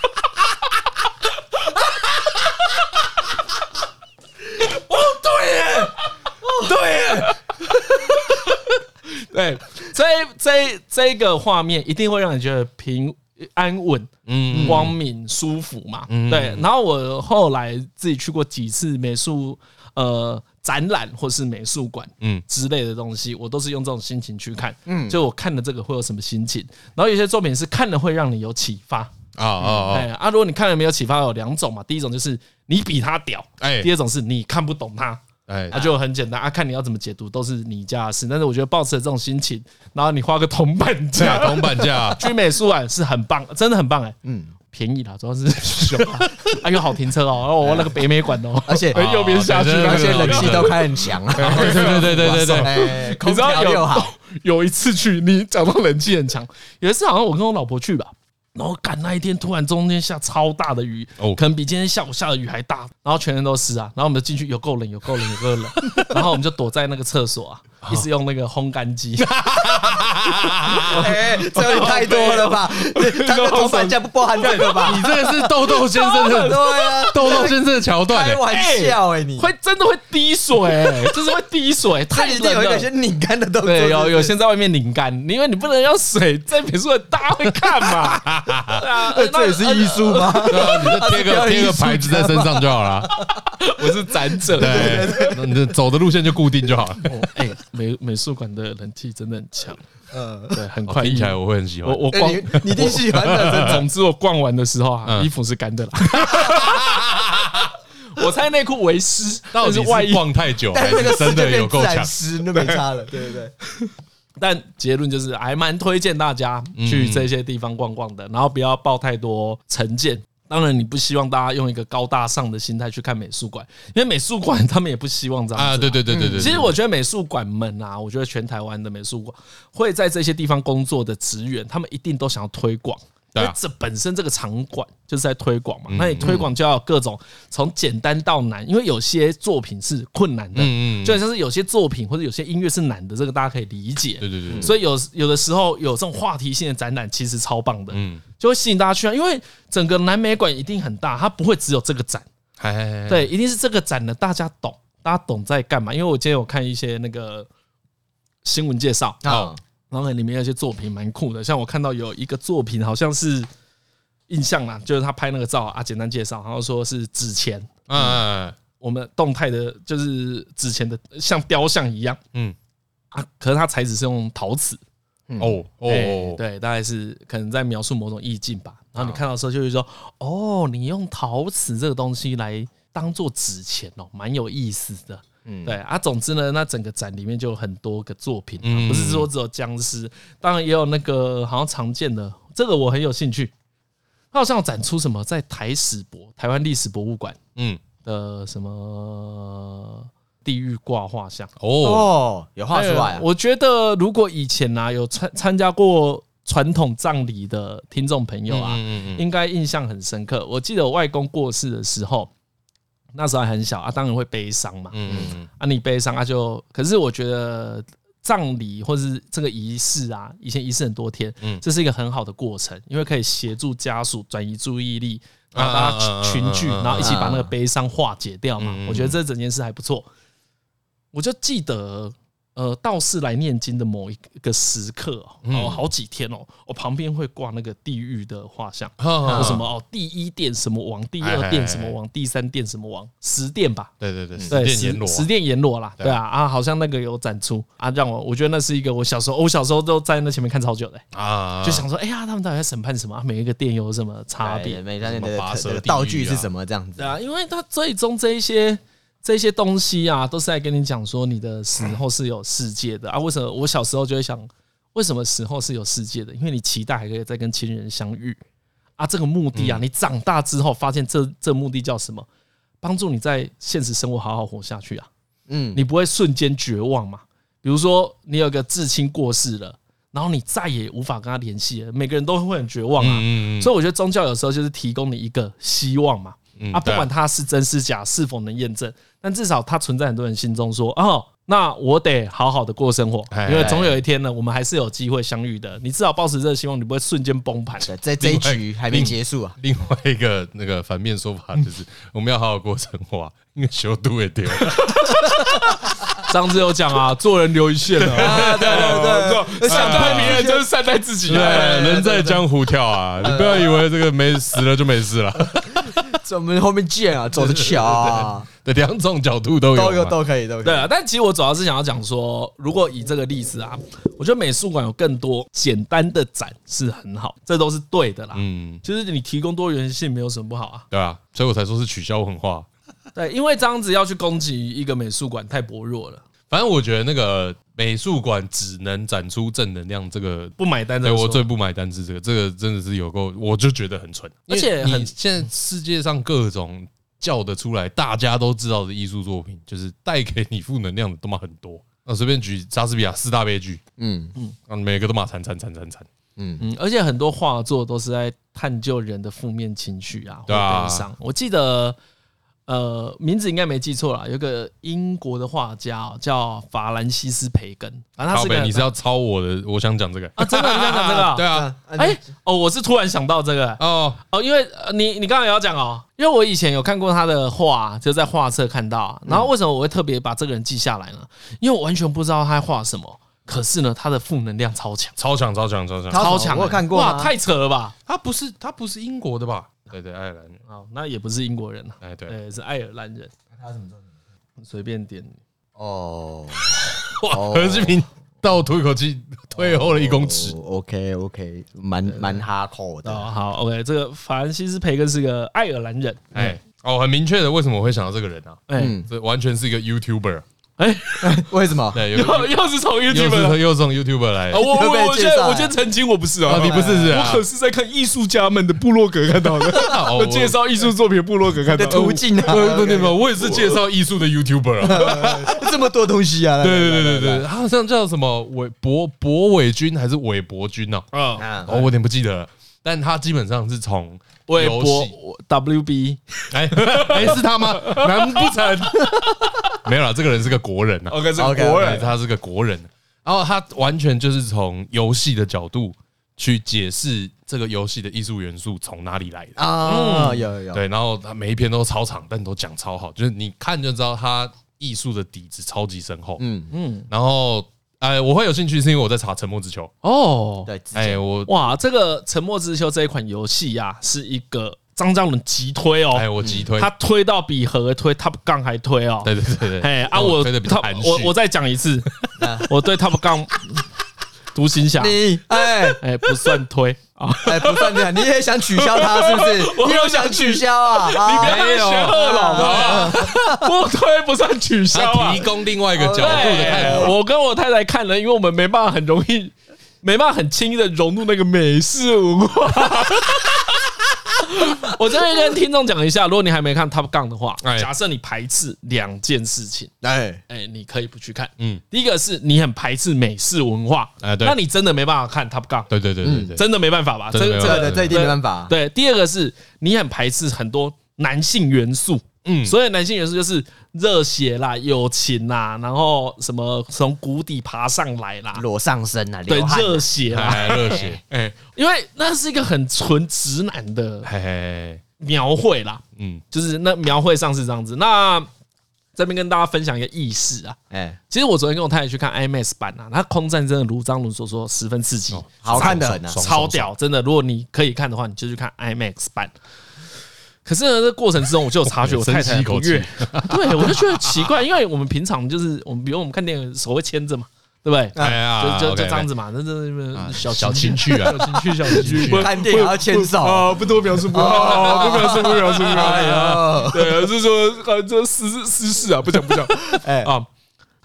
[SPEAKER 1] 对，这这这个画面一定会让你觉得平安稳、
[SPEAKER 3] 嗯
[SPEAKER 1] 光明、舒服嘛。
[SPEAKER 3] 嗯
[SPEAKER 1] 对，然后我后来自己去过几次美术呃展览或是美术馆，
[SPEAKER 3] 嗯
[SPEAKER 1] 之类的东西，我都是用这种心情去看。嗯，就我看了这个会有什么心情？然后有些作品是看了会让你有启发。
[SPEAKER 3] 啊啊
[SPEAKER 1] 哎啊，如果你看了没有启发，有两种嘛。第一种就是你比他屌，
[SPEAKER 3] 哎
[SPEAKER 1] 第二种是你看不懂他。
[SPEAKER 3] 哎
[SPEAKER 1] 啊，就很简单啊，看你要怎么解读都是你家的事。但是我觉得抱持这种心情，然后你花个铜板
[SPEAKER 3] 对啊，
[SPEAKER 1] 价
[SPEAKER 3] 铜板价
[SPEAKER 1] 去美术馆是很棒，真的很棒哎、嗯，便宜啦，主要是 凶啊，啊又好停车哦，然后我那个北美馆哦，
[SPEAKER 2] 而且
[SPEAKER 1] 哎右边下去
[SPEAKER 3] 对对对
[SPEAKER 2] 而
[SPEAKER 1] 那
[SPEAKER 2] 且
[SPEAKER 1] 些
[SPEAKER 2] 冷气都开很强啊，
[SPEAKER 3] 对对对 对对对，
[SPEAKER 2] 对，
[SPEAKER 1] 你
[SPEAKER 2] 空
[SPEAKER 1] 知道
[SPEAKER 2] 调
[SPEAKER 1] 有
[SPEAKER 2] 又 好，
[SPEAKER 1] 有一次去，你讲到冷气很强，有一次好像我跟我老婆去吧，然后赶那一天突然中间下超大的雨，
[SPEAKER 3] 哦
[SPEAKER 1] 可能比今天下午下的雨还大，然后全身都湿啊，然后我们就进去有够冷，有够冷，有够冷，然后我们就躲在那个厕所啊，一直用那个烘干机，
[SPEAKER 2] 哎， 这也太多了吧？他的头板价不包含这 个吧？
[SPEAKER 3] 你这个是豆豆先生
[SPEAKER 2] 对
[SPEAKER 3] 的
[SPEAKER 2] 啊，
[SPEAKER 3] 豆豆先生的桥段
[SPEAKER 2] 开
[SPEAKER 3] 哎，
[SPEAKER 2] 玩笑哎，你
[SPEAKER 1] 会真的会滴水、欸，就是会滴水，
[SPEAKER 2] 它
[SPEAKER 1] 太
[SPEAKER 2] 一定
[SPEAKER 1] 冷
[SPEAKER 2] 有一
[SPEAKER 1] 了
[SPEAKER 2] 个。先拧干的动作，
[SPEAKER 1] 对，有有
[SPEAKER 2] 些
[SPEAKER 1] 先在外面拧干，因为你不能让水在美术馆，大家会看嘛。对啊，
[SPEAKER 2] 这也是艺术吗？
[SPEAKER 3] 对啊，你就贴
[SPEAKER 2] 他
[SPEAKER 3] 个
[SPEAKER 2] 是
[SPEAKER 3] 贴个牌子在身上就好了，
[SPEAKER 1] 我是展者。
[SPEAKER 3] 对，那你的走的路线就固定就好了。
[SPEAKER 1] 哎、美美术馆的冷气真的很强，
[SPEAKER 2] 嗯，
[SPEAKER 1] 对，很
[SPEAKER 3] 我
[SPEAKER 1] 快
[SPEAKER 3] 哦听起来
[SPEAKER 1] 我
[SPEAKER 3] 我会很喜欢
[SPEAKER 1] 我，我
[SPEAKER 2] 哎
[SPEAKER 1] 逛，呃
[SPEAKER 2] 你你一定喜欢的，真的
[SPEAKER 1] 总之我逛完的时候啊，
[SPEAKER 3] 嗯
[SPEAKER 1] 衣服是干的啦。 我猜内裤为湿，但
[SPEAKER 3] 到底
[SPEAKER 1] 是外
[SPEAKER 3] 是
[SPEAKER 1] 衣。
[SPEAKER 3] 逛太久
[SPEAKER 2] 但
[SPEAKER 3] 还
[SPEAKER 2] 那
[SPEAKER 3] 是
[SPEAKER 2] 个
[SPEAKER 3] 真
[SPEAKER 2] 时间
[SPEAKER 3] 的有
[SPEAKER 2] 变自
[SPEAKER 3] 够强
[SPEAKER 2] 然？湿，那没差了，对不对？
[SPEAKER 1] 但结论就是，
[SPEAKER 3] 嗯
[SPEAKER 1] 还蛮推荐大家去这些地方逛逛的，然后不要抱太多成见。当然，你不希望大家用一个高大上的心态去看美术馆，因为美术馆他们也不希望这样子
[SPEAKER 3] 啊，对对对对对，
[SPEAKER 1] 其实我觉得美术馆们啊，我觉得全台湾的美术馆会在这些地方工作的职员，他们一定都想要推广。因
[SPEAKER 3] 对啊嗯
[SPEAKER 1] 为这本身这个场馆就是在推广嘛，那你推广就要有各种从简单到难，因为有些作品是困难的，
[SPEAKER 3] 嗯嗯嗯
[SPEAKER 1] 就好像是有些作品或者有些音乐是难的，这个大家可以理解。
[SPEAKER 3] 对对对对，
[SPEAKER 1] 所以有有的时候有这种话题性的展览，其实超棒的，
[SPEAKER 3] 嗯，
[SPEAKER 1] 就会吸引大家去啊。因为整个南美馆一定很大，它不会只有这个展，
[SPEAKER 3] 嗨嗨嗨，
[SPEAKER 1] 对，一定是这个展呢，大家懂，大家懂在干嘛？因为我今天有看一些那个新闻介绍，
[SPEAKER 2] 啊，
[SPEAKER 1] 然后里面有一些作品蛮酷的，像我看到有一个作品好像是印象啦，就是他拍那个照啊，简单介绍，然后说是纸钱，
[SPEAKER 3] 嗯
[SPEAKER 1] 我们动态的，就是纸钱的像雕像一样
[SPEAKER 3] 嗯
[SPEAKER 1] 啊，可是它材质是用陶瓷，
[SPEAKER 3] 嗯，哦
[SPEAKER 1] 哦
[SPEAKER 3] 哦，，
[SPEAKER 1] 对，大概是可能在描述某种意境吧。然后你看到的时候就会说，哦，你用陶瓷这个东西来当做纸钱哦，蛮有意思的。
[SPEAKER 2] 嗯
[SPEAKER 1] 对啊，总之呢，那整个展里面就有很多个作品、啊，
[SPEAKER 3] 嗯
[SPEAKER 1] 不是说只有僵尸，当然也有那个好像常见的，这个我很有兴趣。它好像有展出什么在台史博台湾历史博物馆
[SPEAKER 3] 嗯
[SPEAKER 1] 的什么地狱挂画像，
[SPEAKER 3] 哦，
[SPEAKER 2] 哦，有画出来
[SPEAKER 1] 哎
[SPEAKER 2] 啊，
[SPEAKER 1] 我觉得如果以前啊有参参加过传统葬礼的听众朋友啊，
[SPEAKER 3] 嗯嗯
[SPEAKER 1] 应该印象很深刻。我记得我外公过世的时候，那时候还很小啊，当然会悲伤嘛。
[SPEAKER 3] 嗯
[SPEAKER 1] 啊，你悲伤啊就，可是我觉得葬礼或是这个仪式啊，以前仪式很多天，
[SPEAKER 3] 嗯
[SPEAKER 1] 这是一个很好的过程，因为可以协助家属转移注意力，然后大
[SPEAKER 3] 啊啊啊啊
[SPEAKER 1] 家群聚，
[SPEAKER 3] 啊啊啊
[SPEAKER 1] 然后一起把那个悲伤化解掉嘛
[SPEAKER 3] 嗯嗯嗯。
[SPEAKER 1] 我觉得这整件事还不错。我就记得。呃，道士来念经的某一个时刻
[SPEAKER 3] 嗯
[SPEAKER 1] 哦，哦好几天哦，我旁边会挂那个地狱的画像，
[SPEAKER 3] 嗯，
[SPEAKER 1] 有什么？哦，第一殿什么王，第二殿什么
[SPEAKER 3] 哎
[SPEAKER 1] 王，第三殿什么王，十殿吧，
[SPEAKER 3] 对对对，
[SPEAKER 1] 对，
[SPEAKER 3] 嗯十殿阎罗，
[SPEAKER 1] 十殿阎罗啦，
[SPEAKER 3] 对
[SPEAKER 1] 对啊，啊，好像那个有展出啊，让我我觉得那是一个我小时候，我小时候都在那前面看超久的、
[SPEAKER 3] 啊，
[SPEAKER 1] 就想说，哎呀，他们到底在审判什么？啊每一个殿有什么差
[SPEAKER 2] 对
[SPEAKER 1] 别？
[SPEAKER 2] 每张
[SPEAKER 3] 什么
[SPEAKER 2] 的
[SPEAKER 3] 拔舌
[SPEAKER 2] 那个
[SPEAKER 3] 地
[SPEAKER 2] 道
[SPEAKER 3] 狱
[SPEAKER 2] 具是
[SPEAKER 3] 啊
[SPEAKER 2] 什么这样子
[SPEAKER 1] 对？啊，因为他最终这一些这些东西啊，都是在跟你讲说你的死后是有世界的啊。为什么我小时候就会想，为什么死后是有世界的？因为你期待还可以再跟亲人相遇啊，这个目的
[SPEAKER 2] 嗯
[SPEAKER 1] 啊，你长大之后发现这这目的叫什么？帮助你在现实生活好好活下去啊。
[SPEAKER 2] 嗯，
[SPEAKER 1] 你不会瞬间绝望嘛？比如说你有个至亲过世了，然后你再也无法跟他联系了，每个人都会很绝望啊。
[SPEAKER 3] 嗯嗯
[SPEAKER 1] 所以我觉得宗教有时候就是提供你一个希望嘛，
[SPEAKER 3] 嗯
[SPEAKER 1] 啊，不管它是真是假，是否能验证，但至少它存在很多人心中，说哦，那我得好好的过生活，
[SPEAKER 3] 哎
[SPEAKER 1] 因为总有一天呢，我们还是有机会相遇的。你至少抱持这个希望，你不会瞬间崩盘。
[SPEAKER 2] 对这这一
[SPEAKER 3] 另外
[SPEAKER 2] 局还没
[SPEAKER 3] 另
[SPEAKER 2] 结束啊，
[SPEAKER 3] 另外一个那个反面说法就是，我们要好好过生活啊， 因为修都会丢。
[SPEAKER 1] 上次有讲啊， 做人留一线 啊，对
[SPEAKER 3] 对对
[SPEAKER 1] 善待别人就是善待自己
[SPEAKER 3] 对，
[SPEAKER 1] 啊。
[SPEAKER 3] 人在江湖跳啊， 你不要以为这个没死了就没事了。
[SPEAKER 2] 这我们后面见啊，走着瞧啊，
[SPEAKER 3] 对，两种角度都有嘛，
[SPEAKER 2] 都有都可以都可
[SPEAKER 1] 对
[SPEAKER 2] 以。
[SPEAKER 1] 啊，但其实我主要是想要讲说，如果以这个例子啊，我觉得美术馆有更多简单的展是很好，这都是对的啦。
[SPEAKER 3] 嗯，
[SPEAKER 1] 就是你提供多元性没有什么不好啊，
[SPEAKER 3] 对啊，所以我才说是取消文化。
[SPEAKER 1] 对，因为这样子要去攻击一个美术馆太薄弱了，
[SPEAKER 3] 反正我觉得那个美术馆只能展出正能量，这个
[SPEAKER 1] 不买单
[SPEAKER 3] 对
[SPEAKER 1] 的
[SPEAKER 3] 我最不买单是这个，这个真的是有够，我就觉得很蠢。
[SPEAKER 1] 而且
[SPEAKER 3] 因为
[SPEAKER 1] 很
[SPEAKER 3] 你现在世界上各种叫得出来、大家都知道的艺术作品，就是带给你负能量的他妈很多。 那随便举莎士比亚四大悲剧，
[SPEAKER 2] 嗯
[SPEAKER 3] 啊，每个都骂惨惨惨惨惨。
[SPEAKER 2] 嗯，
[SPEAKER 1] 嗯，而且很多画作都是在探究人的负面情绪啊，或
[SPEAKER 3] 对啊
[SPEAKER 1] 悲伤。我记得，呃，名字应该没记错啦，有个英国的画家、哦、叫法兰西斯培根，反正他
[SPEAKER 3] 靠
[SPEAKER 1] 是个
[SPEAKER 3] 北，你是要抄我的？我想讲这个
[SPEAKER 1] 啊，真的你要讲这个啊、
[SPEAKER 3] 对啊，
[SPEAKER 2] 啊
[SPEAKER 1] 哎、哦，我是突然想到这个
[SPEAKER 3] 哦，
[SPEAKER 1] 哦，因为呃你你刚刚也要讲哦，因为我以前有看过他的画，就在画册看到
[SPEAKER 3] 嗯
[SPEAKER 1] 啊。然后为什么我会特别把这个人记下来呢？因为我完全不知道他在画什么，可是呢，他的负能量超强，
[SPEAKER 3] 超强超强超强！
[SPEAKER 2] 他
[SPEAKER 1] 超强欸、
[SPEAKER 2] 我有看过吗
[SPEAKER 1] 哇，太扯了吧！
[SPEAKER 3] 他不是他不是英国的吧？对对，爱尔兰人。
[SPEAKER 1] 哦，那也不是英国人啊，
[SPEAKER 3] 哎，对，
[SPEAKER 1] 呃，是爱尔兰人，
[SPEAKER 2] 他怎么做？
[SPEAKER 1] 随便点。
[SPEAKER 2] 哦，
[SPEAKER 3] 哇，何志平倒吐一口气，退后了一公尺。
[SPEAKER 2] OK OK，蛮蛮哈口的。
[SPEAKER 1] 哦，好，OK，这个法兰西斯培根是个爱尔兰人，哎
[SPEAKER 3] 哎，哦，很明确的，为什么我会想到这个人啊？
[SPEAKER 1] 哎
[SPEAKER 2] 嗯
[SPEAKER 3] 这完全是一个 YouTuber，
[SPEAKER 1] 哎，
[SPEAKER 2] 为什么？
[SPEAKER 3] 对，有
[SPEAKER 1] 又 又是从
[SPEAKER 3] 又
[SPEAKER 1] YouTube 来
[SPEAKER 3] 是又送 YouTuber 来
[SPEAKER 1] 啊，我
[SPEAKER 2] 又被
[SPEAKER 1] 我我
[SPEAKER 2] 介
[SPEAKER 1] 现
[SPEAKER 2] 绍
[SPEAKER 1] 在
[SPEAKER 2] 了
[SPEAKER 1] 我先澄清，我不是
[SPEAKER 3] 啊，
[SPEAKER 1] 啊，
[SPEAKER 3] 你不是是
[SPEAKER 1] 我
[SPEAKER 3] 啊？
[SPEAKER 1] 可是在看艺术家们的部落格看到的，
[SPEAKER 3] 哦
[SPEAKER 1] 我介绍艺术作品的部落格看
[SPEAKER 2] 的
[SPEAKER 1] 到
[SPEAKER 2] 途
[SPEAKER 1] 的。哦
[SPEAKER 2] 径啊，
[SPEAKER 3] 我不不不，我也是介绍艺术的 YouTuber 啊。
[SPEAKER 2] 这么多东西啊，
[SPEAKER 3] 对对对对对，好像叫什么韦博博伟君还是韦博君呢？
[SPEAKER 1] 啊，
[SPEAKER 2] 啊，
[SPEAKER 3] 哦，我有点不记得了。但他基本上是从
[SPEAKER 1] 微
[SPEAKER 3] 游
[SPEAKER 1] 博
[SPEAKER 3] 戏，
[SPEAKER 1] WB
[SPEAKER 3] 哎 哎是他吗？难不成没有啦，这个人是个国人啊，
[SPEAKER 1] OK 是
[SPEAKER 2] OK，OK
[SPEAKER 1] 国
[SPEAKER 3] 对，
[SPEAKER 1] 人，
[SPEAKER 3] 他是个国人。然后他完全就是从游戏的角度去解释这个游戏的艺术元素从哪里来的。
[SPEAKER 2] 啊，有有有，
[SPEAKER 3] 对，然后他每一篇都超长，但都讲超好，就是你看就知道他艺术的底子超级深厚。
[SPEAKER 2] 嗯嗯，
[SPEAKER 3] 然后，哎，我会有兴趣是因为我在查《沉默之球》。
[SPEAKER 1] 哦，
[SPEAKER 2] 对，
[SPEAKER 3] 哎，我
[SPEAKER 1] 哇，这个《沉默之丘》这一款游戏呀，是一个张嘉伦急推哦，
[SPEAKER 3] 哎，我急推，
[SPEAKER 1] 他推到比和推 Top Gun 还推哦，
[SPEAKER 3] 对对对对，
[SPEAKER 1] 哎啊，
[SPEAKER 3] 但
[SPEAKER 1] 我
[SPEAKER 3] 推的比较
[SPEAKER 1] Top-
[SPEAKER 3] 含蓄。
[SPEAKER 1] 我我再讲一 次，我对 Top Gun 独行侠，
[SPEAKER 2] 你哎
[SPEAKER 1] 哎不算 推啊，
[SPEAKER 2] 哎，不算这样，你也想取消它是不是？
[SPEAKER 1] 我
[SPEAKER 2] 你
[SPEAKER 1] 没
[SPEAKER 2] 又
[SPEAKER 1] 有
[SPEAKER 2] 想
[SPEAKER 1] 想
[SPEAKER 2] 取
[SPEAKER 1] 取
[SPEAKER 2] 消 啊？
[SPEAKER 1] 你不
[SPEAKER 2] 啊
[SPEAKER 1] 要再学啊二老了， 不推不算取消
[SPEAKER 3] 他
[SPEAKER 1] 啊哦
[SPEAKER 3] 提。供另外一个角度的看
[SPEAKER 1] 对
[SPEAKER 3] 法。
[SPEAKER 1] 我跟我太太看了，因为我们没办法很容易， 没办法很轻易的融入那个美式文化。 我这边跟听众讲一下，如果你还没看 Top Gun 的话，
[SPEAKER 3] 哎
[SPEAKER 1] 假设你排斥两件事情，
[SPEAKER 2] 哎，
[SPEAKER 1] 哎，你可以不去看。
[SPEAKER 3] 嗯
[SPEAKER 1] 嗯，第一个是你很排斥美式文化，
[SPEAKER 3] 哎对
[SPEAKER 1] 那你真的没办法看 Top Gun，
[SPEAKER 3] 对对对对对，
[SPEAKER 1] 嗯真的没办法吧？这
[SPEAKER 3] 真的没
[SPEAKER 1] 这
[SPEAKER 3] 办
[SPEAKER 2] 对
[SPEAKER 3] 法
[SPEAKER 1] 个
[SPEAKER 2] 对，这一定没办法。
[SPEAKER 1] 对。第二个是你很排斥很多男性元素，
[SPEAKER 3] 嗯，
[SPEAKER 1] 所以男性元素就是热血啦、友情啦，然后什么从谷底爬上来啦，
[SPEAKER 2] 裸上身啊，
[SPEAKER 1] 对
[SPEAKER 2] 流，汗啊，
[SPEAKER 1] 热血啦，
[SPEAKER 3] 哎，热血，哎
[SPEAKER 1] 因为那是一个很纯直男的
[SPEAKER 3] 嘿嘿，嘿
[SPEAKER 1] 描绘啦，
[SPEAKER 3] 哎嗯，
[SPEAKER 1] 就是那描绘上是这样子。那这边跟大家分享一个意识啊，
[SPEAKER 2] 哎，
[SPEAKER 1] 其实我昨天跟我太太去看 IMAX 版啊，那空战真的如张伦所说十分刺激，
[SPEAKER 2] 好看的很啊，
[SPEAKER 3] 爽
[SPEAKER 1] 超屌，真的。如果你可以看的话，你就去看 IMAX 版。可是呢，这过程之中我就有 察觉我太
[SPEAKER 3] 深吸
[SPEAKER 1] 太
[SPEAKER 3] 一
[SPEAKER 1] 不
[SPEAKER 3] 口气
[SPEAKER 1] 悦，对我就觉得奇 怪，因为我们平常就是我们，比如我们看电影手会牵着嘛，对不对？
[SPEAKER 3] 哎呀，
[SPEAKER 1] 就就
[SPEAKER 3] OK，
[SPEAKER 1] 就这样子嘛，那那
[SPEAKER 3] 小
[SPEAKER 1] 小
[SPEAKER 3] 小情
[SPEAKER 1] 情
[SPEAKER 3] 趣啊
[SPEAKER 1] 小，情趣，小情 趣。
[SPEAKER 2] 看电影还要牵 手，
[SPEAKER 1] 啊，不多表述，不啊，不表述，不表述，不
[SPEAKER 2] 哎
[SPEAKER 1] 表述。
[SPEAKER 2] 呦，
[SPEAKER 1] 对，就是说呃，这私事私事 啊，不讲不 讲。
[SPEAKER 2] 哎
[SPEAKER 1] 啊，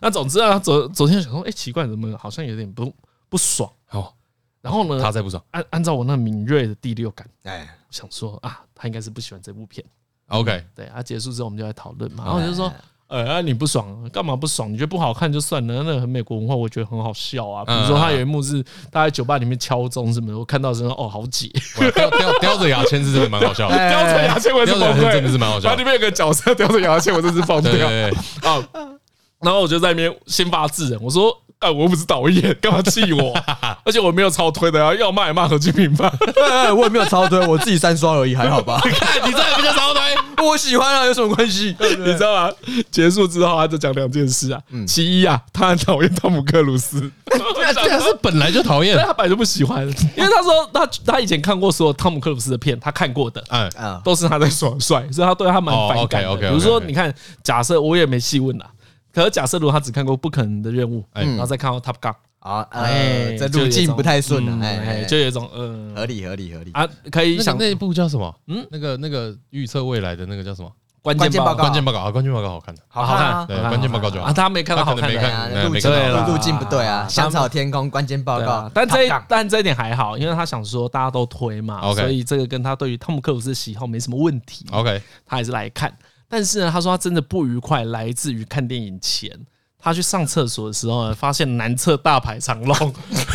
[SPEAKER 1] 那总之啊，昨昨天想说，哎，奇怪，怎么好像有点不不爽？
[SPEAKER 3] 哦，
[SPEAKER 1] 然后呢
[SPEAKER 3] 他，才不爽。
[SPEAKER 1] 按按照我那敏锐的第六感，
[SPEAKER 2] 哎，
[SPEAKER 1] 想说啊，他应该是不喜欢这部片。
[SPEAKER 3] OK，
[SPEAKER 1] 对啊，结束之后我们就来讨论嘛。
[SPEAKER 3] 哎
[SPEAKER 1] 然后我就说，呃，啊你不爽，干嘛不爽？你觉得不好看就算了，那很美国文化，我觉得很好笑啊。比
[SPEAKER 3] 嗯
[SPEAKER 1] 如说他有一幕是他在酒吧里面敲钟什么的，我看到的时候哦，好解，
[SPEAKER 3] 哇叼叼叼着牙签是真的蛮好笑 的，
[SPEAKER 2] 哎
[SPEAKER 1] 叼着牙签我也是
[SPEAKER 3] 叼着
[SPEAKER 1] 崩
[SPEAKER 3] 牙签真的
[SPEAKER 1] 溃，
[SPEAKER 3] 是蛮好
[SPEAKER 1] 它
[SPEAKER 3] 笑
[SPEAKER 1] 里
[SPEAKER 3] 的。
[SPEAKER 1] 面有个角色 叼着牙签，我真是疯
[SPEAKER 3] 对
[SPEAKER 1] 掉
[SPEAKER 3] 对对，
[SPEAKER 1] 啊。然后我就在那边先发制人，我说。哎，我又不是导演，干嘛气 我？而且我没有超推的啊，要骂也骂何俊平吧。
[SPEAKER 2] 哎我也没有超推，我自己三刷而已，还好吧？
[SPEAKER 3] 看你这个比较招待。
[SPEAKER 2] 我喜欢啊，有什么关系？
[SPEAKER 1] 你知道吗？结束之后，他就讲两件事啊。其一啊，他很讨厌汤姆克鲁斯，
[SPEAKER 3] 这个是本来就讨厌
[SPEAKER 1] 但，他本来就不喜欢，因为他说他他以前看过所有汤姆克鲁斯的片，他看过的
[SPEAKER 3] 哎，
[SPEAKER 2] 啊，
[SPEAKER 1] 都是他在耍帅，所以他对他蛮反感的。
[SPEAKER 3] 哦，OK，OK，OK，OK
[SPEAKER 1] 比如说，你看，假设我也没细问啦，可是假设如果他只看过《不可能的任务》，然后再看到《Top Gun》，
[SPEAKER 2] 好，哎，
[SPEAKER 1] 哎
[SPEAKER 2] 这路径不太顺
[SPEAKER 1] 嗯
[SPEAKER 2] 啊，哎
[SPEAKER 1] 哎，，
[SPEAKER 2] 就
[SPEAKER 1] 就有一种嗯
[SPEAKER 2] 合理合理合理。
[SPEAKER 1] 啊，可以
[SPEAKER 3] 那个
[SPEAKER 1] 想
[SPEAKER 3] 那一部叫什么？嗯，那个那个预测未来的那个叫什么？
[SPEAKER 1] 关
[SPEAKER 2] 键
[SPEAKER 1] 键
[SPEAKER 2] 报告
[SPEAKER 3] 关键报告啊，关键报告好看的，
[SPEAKER 1] 好
[SPEAKER 2] 看
[SPEAKER 1] 看
[SPEAKER 2] 啊
[SPEAKER 1] 好看，
[SPEAKER 3] 对，
[SPEAKER 1] 好看
[SPEAKER 3] 关键报告就好
[SPEAKER 1] 啊，。他没看到好看
[SPEAKER 3] 他可能没
[SPEAKER 1] 的
[SPEAKER 3] 看。
[SPEAKER 2] 啊
[SPEAKER 3] 哎
[SPEAKER 2] 路
[SPEAKER 3] 没
[SPEAKER 2] 径
[SPEAKER 3] 看
[SPEAKER 1] 到
[SPEAKER 2] 路径不对啊，
[SPEAKER 1] 对啦
[SPEAKER 2] 香草天空关键报
[SPEAKER 1] 对
[SPEAKER 2] 告
[SPEAKER 1] 啊，，但这一
[SPEAKER 2] 杠
[SPEAKER 1] 但这一点还好，因为他想说大家都推嘛
[SPEAKER 3] OK
[SPEAKER 1] 所以这个跟他对于汤姆克鲁斯的喜好没什么问题，
[SPEAKER 3] OK，
[SPEAKER 1] 他还是来看。但是呢，他说他真的不愉快来自于看电影前，他去上厕所的时候呢，发现男厕大排长龙，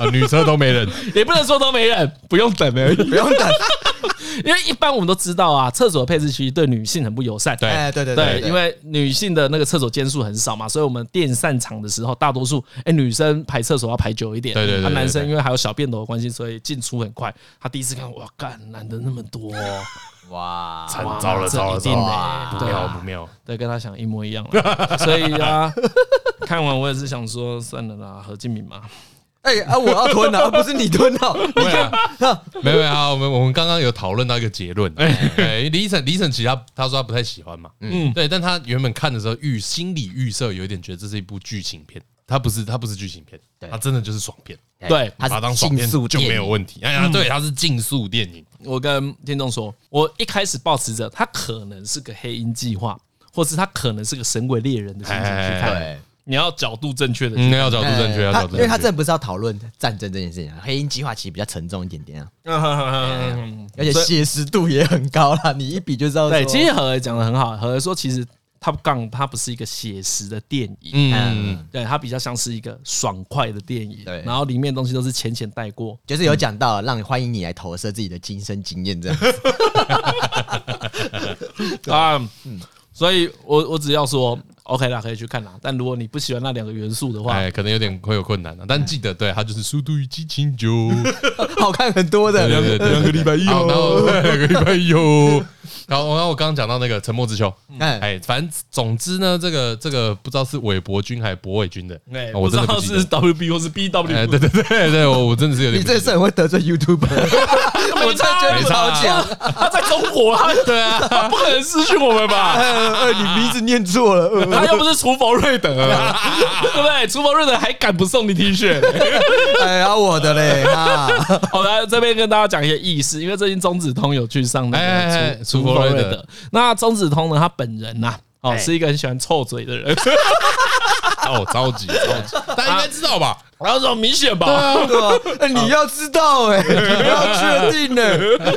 [SPEAKER 3] 啊，女车都没人，
[SPEAKER 1] 也不能说都没人，不用等而已。
[SPEAKER 2] 不用等，
[SPEAKER 1] 因为一般我们都知道啊，厕所的配置其实对女性很不友善，
[SPEAKER 3] 对
[SPEAKER 2] 哎，对对
[SPEAKER 1] 对，
[SPEAKER 2] 对，
[SPEAKER 1] 因为女性的那个厕所间数很少嘛，所以我们电散场的时候，大多数哎、女生排厕所要排久一点，
[SPEAKER 3] 对对对
[SPEAKER 1] 啊
[SPEAKER 3] 对
[SPEAKER 1] 男
[SPEAKER 3] 对
[SPEAKER 1] 生因为还有小便斗的关系，所以进出很快。他第一次看，哇，干男的那么 多、哦，
[SPEAKER 2] 哇，
[SPEAKER 3] 惨
[SPEAKER 1] 哇
[SPEAKER 3] 糟了
[SPEAKER 1] 这
[SPEAKER 3] 啊糟
[SPEAKER 1] 一
[SPEAKER 3] 了
[SPEAKER 1] 定
[SPEAKER 3] 糟
[SPEAKER 1] 的
[SPEAKER 2] 了
[SPEAKER 1] 对
[SPEAKER 3] 妙
[SPEAKER 1] 啊
[SPEAKER 3] 不，妙？
[SPEAKER 1] 对，跟他想一模一样啊， 所以啊，看完我也是想说，算了啦，何敬敏嘛，
[SPEAKER 2] 哎啊，我要吞了，啊 不是你吞了，
[SPEAKER 3] 对啊，没有没有啊，我们我们刚刚有讨论到一个结论，哎，李晨李晨其实他他说他不太喜欢嘛，嗯，对，但他原本看的时候预心理预设有一点觉得这是一部剧情片，他不是他不是剧情片
[SPEAKER 2] 对，
[SPEAKER 3] 他真的就是爽片，
[SPEAKER 1] 对
[SPEAKER 2] 它
[SPEAKER 3] 把它当
[SPEAKER 2] 哎是
[SPEAKER 3] 爽
[SPEAKER 2] 竞
[SPEAKER 3] 片
[SPEAKER 2] 速
[SPEAKER 3] 就
[SPEAKER 2] 电
[SPEAKER 3] 没有
[SPEAKER 2] 影，
[SPEAKER 3] 问题。哎呀，对，它是竞速电影，
[SPEAKER 1] 我跟听众说，我一开始抱持着他可能是个黑鹰计划，或是他可能是个神鬼猎人的心情去
[SPEAKER 3] 哎哎哎
[SPEAKER 1] 看。
[SPEAKER 2] 对，
[SPEAKER 1] 你要角度正确的
[SPEAKER 3] 嗯，要角度正确，
[SPEAKER 2] 哎
[SPEAKER 3] 要
[SPEAKER 2] 他
[SPEAKER 3] 角度
[SPEAKER 2] 因为他
[SPEAKER 3] 正确。
[SPEAKER 2] 这不是要讨论战争这件事情啊，黑鹰计划其实比较沉重一点点啊，
[SPEAKER 3] 嗯
[SPEAKER 1] 嗯，
[SPEAKER 2] 而且
[SPEAKER 1] 所以
[SPEAKER 2] 写实度也很高啦，你一比就知道说。
[SPEAKER 1] 对，其实何儿讲的很好，何儿说其实《Top Gun》它不是一个写实的电影，
[SPEAKER 3] 嗯，
[SPEAKER 1] 对，它比较像是一个爽快的电影，
[SPEAKER 2] 对
[SPEAKER 1] 然后里面的东西都是浅浅带过，
[SPEAKER 2] 就是有讲到，让你欢迎你来投射自己的亲身经验，这样
[SPEAKER 1] 啊，
[SPEAKER 3] 嗯
[SPEAKER 1] 所以我我只要说 OK 啦，可以去看啦。但如果你不喜欢那两个元素的话，
[SPEAKER 3] 哎，可能有点会有困难了，但记得，对他就是《速度与激情 九》
[SPEAKER 2] 好看很多的。
[SPEAKER 3] 对，对对
[SPEAKER 2] 两个礼拜 一
[SPEAKER 3] 好，
[SPEAKER 2] 哦
[SPEAKER 3] 然后 两个礼拜有，然后然后我刚刚讲到那个《沉默之丘》，
[SPEAKER 2] 哎，
[SPEAKER 3] 哎，反正总之呢，这个这个不知道是韦伯君还是博伟君的，哦
[SPEAKER 1] 哎，
[SPEAKER 3] 我
[SPEAKER 1] 不知
[SPEAKER 3] 真的
[SPEAKER 1] 道
[SPEAKER 3] 不记得
[SPEAKER 1] 是 WB 或是 BW，
[SPEAKER 3] 哎，对对对对，我我真的是有
[SPEAKER 2] 你
[SPEAKER 3] 点不
[SPEAKER 2] 这
[SPEAKER 3] 记
[SPEAKER 2] 是
[SPEAKER 3] 得。
[SPEAKER 2] 很会得罪 YouTube，我真的觉得
[SPEAKER 3] 没
[SPEAKER 2] 不
[SPEAKER 3] 差
[SPEAKER 2] 好
[SPEAKER 3] 啊
[SPEAKER 2] 讲。
[SPEAKER 1] 他在中国，他
[SPEAKER 3] 对啊，
[SPEAKER 1] 他不可能失去我们 吧？
[SPEAKER 2] 呃，呃你名字念错了，呃
[SPEAKER 1] 他又不是厨房瑞德，啊对不对？厨房瑞德还敢不送你 T 恤？
[SPEAKER 2] 哎呀，我的嘞啊！
[SPEAKER 1] 好来这边跟大家讲一些意思，因为最近中子通有去上那
[SPEAKER 3] 哎哎哎
[SPEAKER 1] 个厨
[SPEAKER 3] 厨佛
[SPEAKER 1] 佛
[SPEAKER 3] 瑞
[SPEAKER 1] 瑞
[SPEAKER 3] 德
[SPEAKER 1] 德，那中子通呢，他本人呐、哦，是一个很喜欢臭嘴的人，
[SPEAKER 3] 哦，着急着急， 大家应该知道吧？
[SPEAKER 1] 然后这种明显
[SPEAKER 3] 啊
[SPEAKER 1] 吧。
[SPEAKER 2] 对吧？哎你要知道 哎，你要确定哎呢。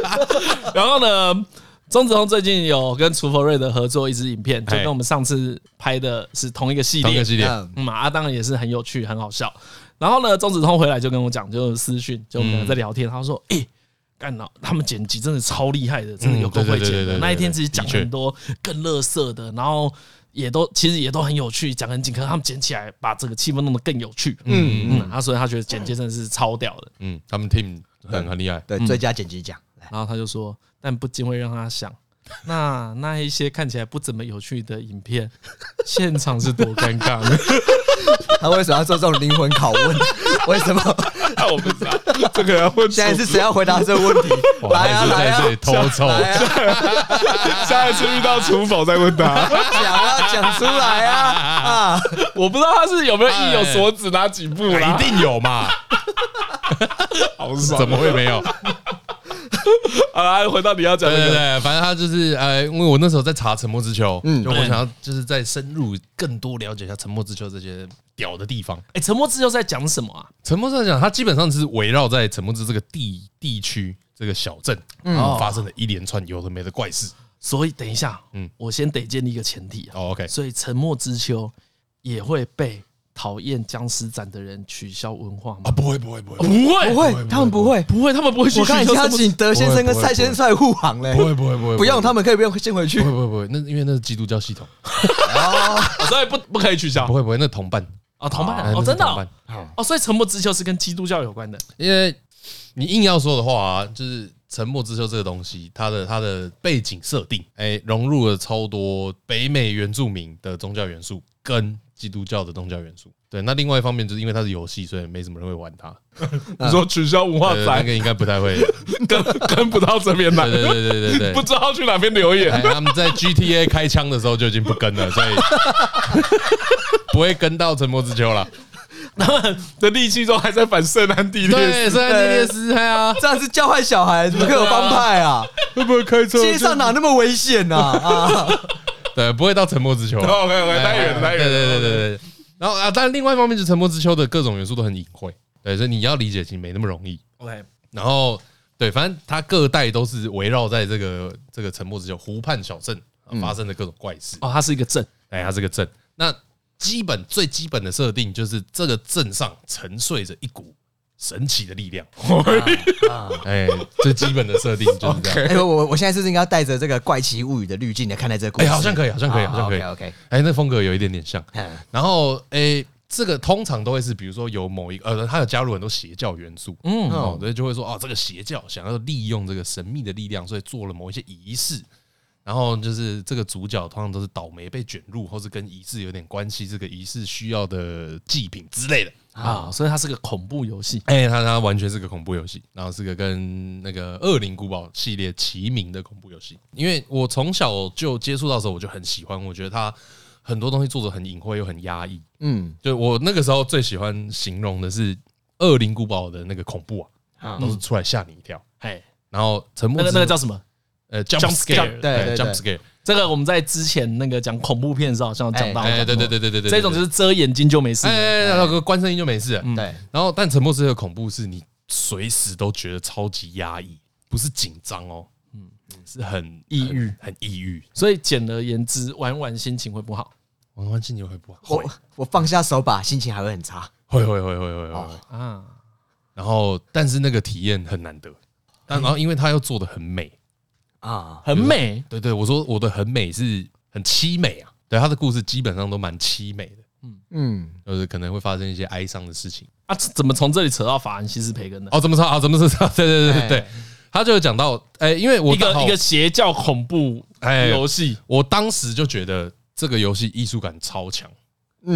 [SPEAKER 1] 然后呢，钟子通最近有跟厨佛瑞德合作一支影片，就
[SPEAKER 3] 哎
[SPEAKER 1] 跟我们上次拍的是同一个系
[SPEAKER 3] 同一
[SPEAKER 1] 列
[SPEAKER 3] 个。系列，
[SPEAKER 2] 嗯
[SPEAKER 1] 嗯嘛，啊，当然也是很有趣，很好笑。然后呢，钟子通回来就跟我讲，就是私讯，就我们俩在聊天，他说：“哎、干了，他们剪辑真的超厉害的，真的有够会
[SPEAKER 3] 嗯对对
[SPEAKER 1] 剪
[SPEAKER 3] 对对
[SPEAKER 1] 的。
[SPEAKER 3] 对
[SPEAKER 1] 那一天其实
[SPEAKER 3] 的
[SPEAKER 1] 讲
[SPEAKER 3] 确
[SPEAKER 1] 很多更乐色的，然后也都其实也都很有趣，讲很紧，可是他们剪起来把整个气氛弄得更有趣。嗯嗯，啊，所以他觉得剪接真的是超屌的。
[SPEAKER 3] 嗯，他们 team 很很厉害，
[SPEAKER 2] 对，最佳剪辑奖，来
[SPEAKER 1] 然后他就说，但不禁会让他想，那 那一些看起来不怎么有趣的影片，现场是多尴尬呢？
[SPEAKER 2] 他为什么要做这种灵魂拷问？为什 么？
[SPEAKER 1] 我不知道，这个要问
[SPEAKER 2] 现在是谁要回答这个问题？ 来
[SPEAKER 3] 哦还
[SPEAKER 2] 啊，
[SPEAKER 3] 是
[SPEAKER 2] 来
[SPEAKER 3] 在
[SPEAKER 2] 啊
[SPEAKER 3] 这里！偷臭，
[SPEAKER 2] 来啊，
[SPEAKER 1] 下一次遇到厨宝再问他。
[SPEAKER 2] 讲啊，讲出来啊啊！
[SPEAKER 1] 我不知道他是有没有意有所指，哪几部啦
[SPEAKER 3] 哎一？定有嘛？
[SPEAKER 1] 好
[SPEAKER 3] 怎么会没 有？
[SPEAKER 1] 好啦，回到你要讲
[SPEAKER 3] 对
[SPEAKER 1] 那
[SPEAKER 3] 对
[SPEAKER 1] 个，
[SPEAKER 3] 对，反正他就是呃，因为我那时候在查《沉默之丘》，嗯，
[SPEAKER 2] 嗯
[SPEAKER 3] 就我想要就是再深入更多了解一下《沉默之丘》这些屌的地方。《
[SPEAKER 1] 哎，沉默之丘在讲什么啊？
[SPEAKER 3] 沉默之丘》讲，它基本上是围绕在沉默之这个地地区这个小镇，嗯，发生了一连串有的没的怪事。
[SPEAKER 1] 所以等一下，嗯
[SPEAKER 3] 嗯，
[SPEAKER 1] 我先得建立一个前提啊。
[SPEAKER 3] 哦，OK，
[SPEAKER 1] 所以沉默之丘也会被讨厌僵尸展的人取消文化吗
[SPEAKER 3] 啊，？不会不会不
[SPEAKER 1] 不
[SPEAKER 3] 会
[SPEAKER 1] 会，
[SPEAKER 2] 不会，他们不会。
[SPEAKER 1] 不会，他们不会去
[SPEAKER 2] 我
[SPEAKER 1] 取消
[SPEAKER 2] 看
[SPEAKER 1] 沉默
[SPEAKER 2] 你要
[SPEAKER 1] 之
[SPEAKER 2] 请德先生跟
[SPEAKER 3] 不会不会
[SPEAKER 2] 蔡先生出来护航嘞，
[SPEAKER 3] 不会不会不会，
[SPEAKER 2] 不用，他们可以不用先回去
[SPEAKER 3] 不。会不会不会，那因为那是基督教系统，
[SPEAKER 1] 丘，哦所以不不可以取消
[SPEAKER 3] 不会不会，那同伴
[SPEAKER 1] 啊！同
[SPEAKER 3] 哎
[SPEAKER 1] 伴
[SPEAKER 3] 那
[SPEAKER 1] 哦，
[SPEAKER 3] 是
[SPEAKER 1] 真的
[SPEAKER 3] 同
[SPEAKER 1] 哦
[SPEAKER 3] 伴
[SPEAKER 1] 哦，所以沉默之丘是跟基督教有关的。
[SPEAKER 3] 因为你硬要说的话、啊，就是《沉默之丘》这个东西，它的它的背景设定，哎、融入了超多北美原住民的宗教元素跟基督教的宗教元素。对，那另外一方面就是因为它是游戏，所以没什么人会玩它。
[SPEAKER 1] 你说取消文化
[SPEAKER 3] 对，啊那个应该不太会。
[SPEAKER 1] 跟 跟不到这边来
[SPEAKER 3] 对，对对对 对对。
[SPEAKER 1] 知道去哪边留言
[SPEAKER 3] 哎，他们在 GTA 开枪的时候就已经不跟了，所以不会跟到《沉默之丘》了。
[SPEAKER 1] 的力气中还在反圣安地
[SPEAKER 3] 对，虽然 t 是斯啊，
[SPEAKER 2] 这样是教坏小孩，怎么会有帮派啊？
[SPEAKER 3] 会不会开车
[SPEAKER 2] 街上哪那么危险呐？啊，
[SPEAKER 3] 对，不会到《沉默之丘》
[SPEAKER 1] 哦
[SPEAKER 3] 了。
[SPEAKER 1] OK，
[SPEAKER 3] 对对对对对。然后啊，但另外一方面就是《沉默之丘》的各种元素都很隐晦，对，所以你要理解其实没那么容易。
[SPEAKER 1] OK，
[SPEAKER 3] 然后对，反正它各代都是围绕在这个这个沉默之丘湖畔小镇、啊发生的各种怪事。
[SPEAKER 1] 哦，它是一个镇，
[SPEAKER 3] 哎，它这个镇，那基本最基本的设定就是这个镇上沉睡着一股神奇的力量。哎，最基本的设定就是这样。
[SPEAKER 2] 哎，我我我现在是不是应该要带着这个怪奇物语的滤镜来看待这个故
[SPEAKER 3] 哎，
[SPEAKER 2] 事？
[SPEAKER 3] 好像可以，好像可以，
[SPEAKER 2] 好
[SPEAKER 3] 好像可以。
[SPEAKER 2] OK，OK
[SPEAKER 3] 哎，那风格有一点点像。
[SPEAKER 2] 嗯
[SPEAKER 3] 然后诶、这个通常都会是比如说有某一个呃，它有加入很多邪教元素，嗯，哦，所以就会说哦，这个邪教想要利用这个神秘的力量，所以做了某一些仪式。然后就是这个主角通常都是倒霉被卷入，或是跟仪式有点关系，这个仪式需要的祭品之类的。
[SPEAKER 1] 啊，所以它是个恐怖游戏。
[SPEAKER 3] 哎、它它完全是个恐怖游戏，然后是个跟那个《恶灵古堡》系列齐名的恐怖游戏。因为我从小就接触到的时候，我就很喜欢，我觉得它很多东西做的很隐晦又很压抑。
[SPEAKER 2] 嗯，
[SPEAKER 3] 就我那个时候最喜欢形容的是《恶灵古堡》的那个恐怖啊，都是出来吓你一跳。
[SPEAKER 1] 哎，
[SPEAKER 3] 然后沉默
[SPEAKER 1] 那
[SPEAKER 3] 之
[SPEAKER 1] 个那个叫什么？
[SPEAKER 3] 呃
[SPEAKER 1] jump
[SPEAKER 3] jump
[SPEAKER 1] scare，
[SPEAKER 3] scare，哎
[SPEAKER 2] 对对对
[SPEAKER 3] jump scare，
[SPEAKER 1] 这个我们在之前那个讲恐怖片的时候好像有讲到，
[SPEAKER 3] 哎，对对对对对对，
[SPEAKER 1] 这种就是遮眼睛就没事
[SPEAKER 3] 哎，。哎，哎哎关声音就没事了。
[SPEAKER 2] 对，
[SPEAKER 3] 然后，但沉默是的恐怖是你随时都觉得超级压抑，不是紧张哦，嗯，是很
[SPEAKER 1] 抑郁
[SPEAKER 3] 很很抑郁，
[SPEAKER 1] 所以简而言之，玩玩心情会不好
[SPEAKER 3] 玩完心情会不好，
[SPEAKER 2] 我我放下手把，心情还会很差。
[SPEAKER 3] 会会会会会会
[SPEAKER 2] 哦。
[SPEAKER 1] 啊。
[SPEAKER 3] 然后，但是那个体验很难得，但然后因为它又做的很美，
[SPEAKER 2] 啊，
[SPEAKER 1] 很美，
[SPEAKER 3] 对对，我说我的很美是很凄美啊，对，他的故事基本上都蛮凄美的，
[SPEAKER 2] 嗯，
[SPEAKER 3] 就是可能会发生一些哀伤的事情。
[SPEAKER 1] 啊，这怎么从这里扯到法兰西斯培根呢？
[SPEAKER 3] 哦，怎么说啊？ 怎么是？对对对对对
[SPEAKER 2] 哎，
[SPEAKER 3] 他就有讲到，哎，因为我
[SPEAKER 1] 一个
[SPEAKER 3] 刚好
[SPEAKER 1] 一个邪教恐怖
[SPEAKER 3] 哎
[SPEAKER 1] 游戏
[SPEAKER 3] 我当时就觉得这个游戏艺术感超强，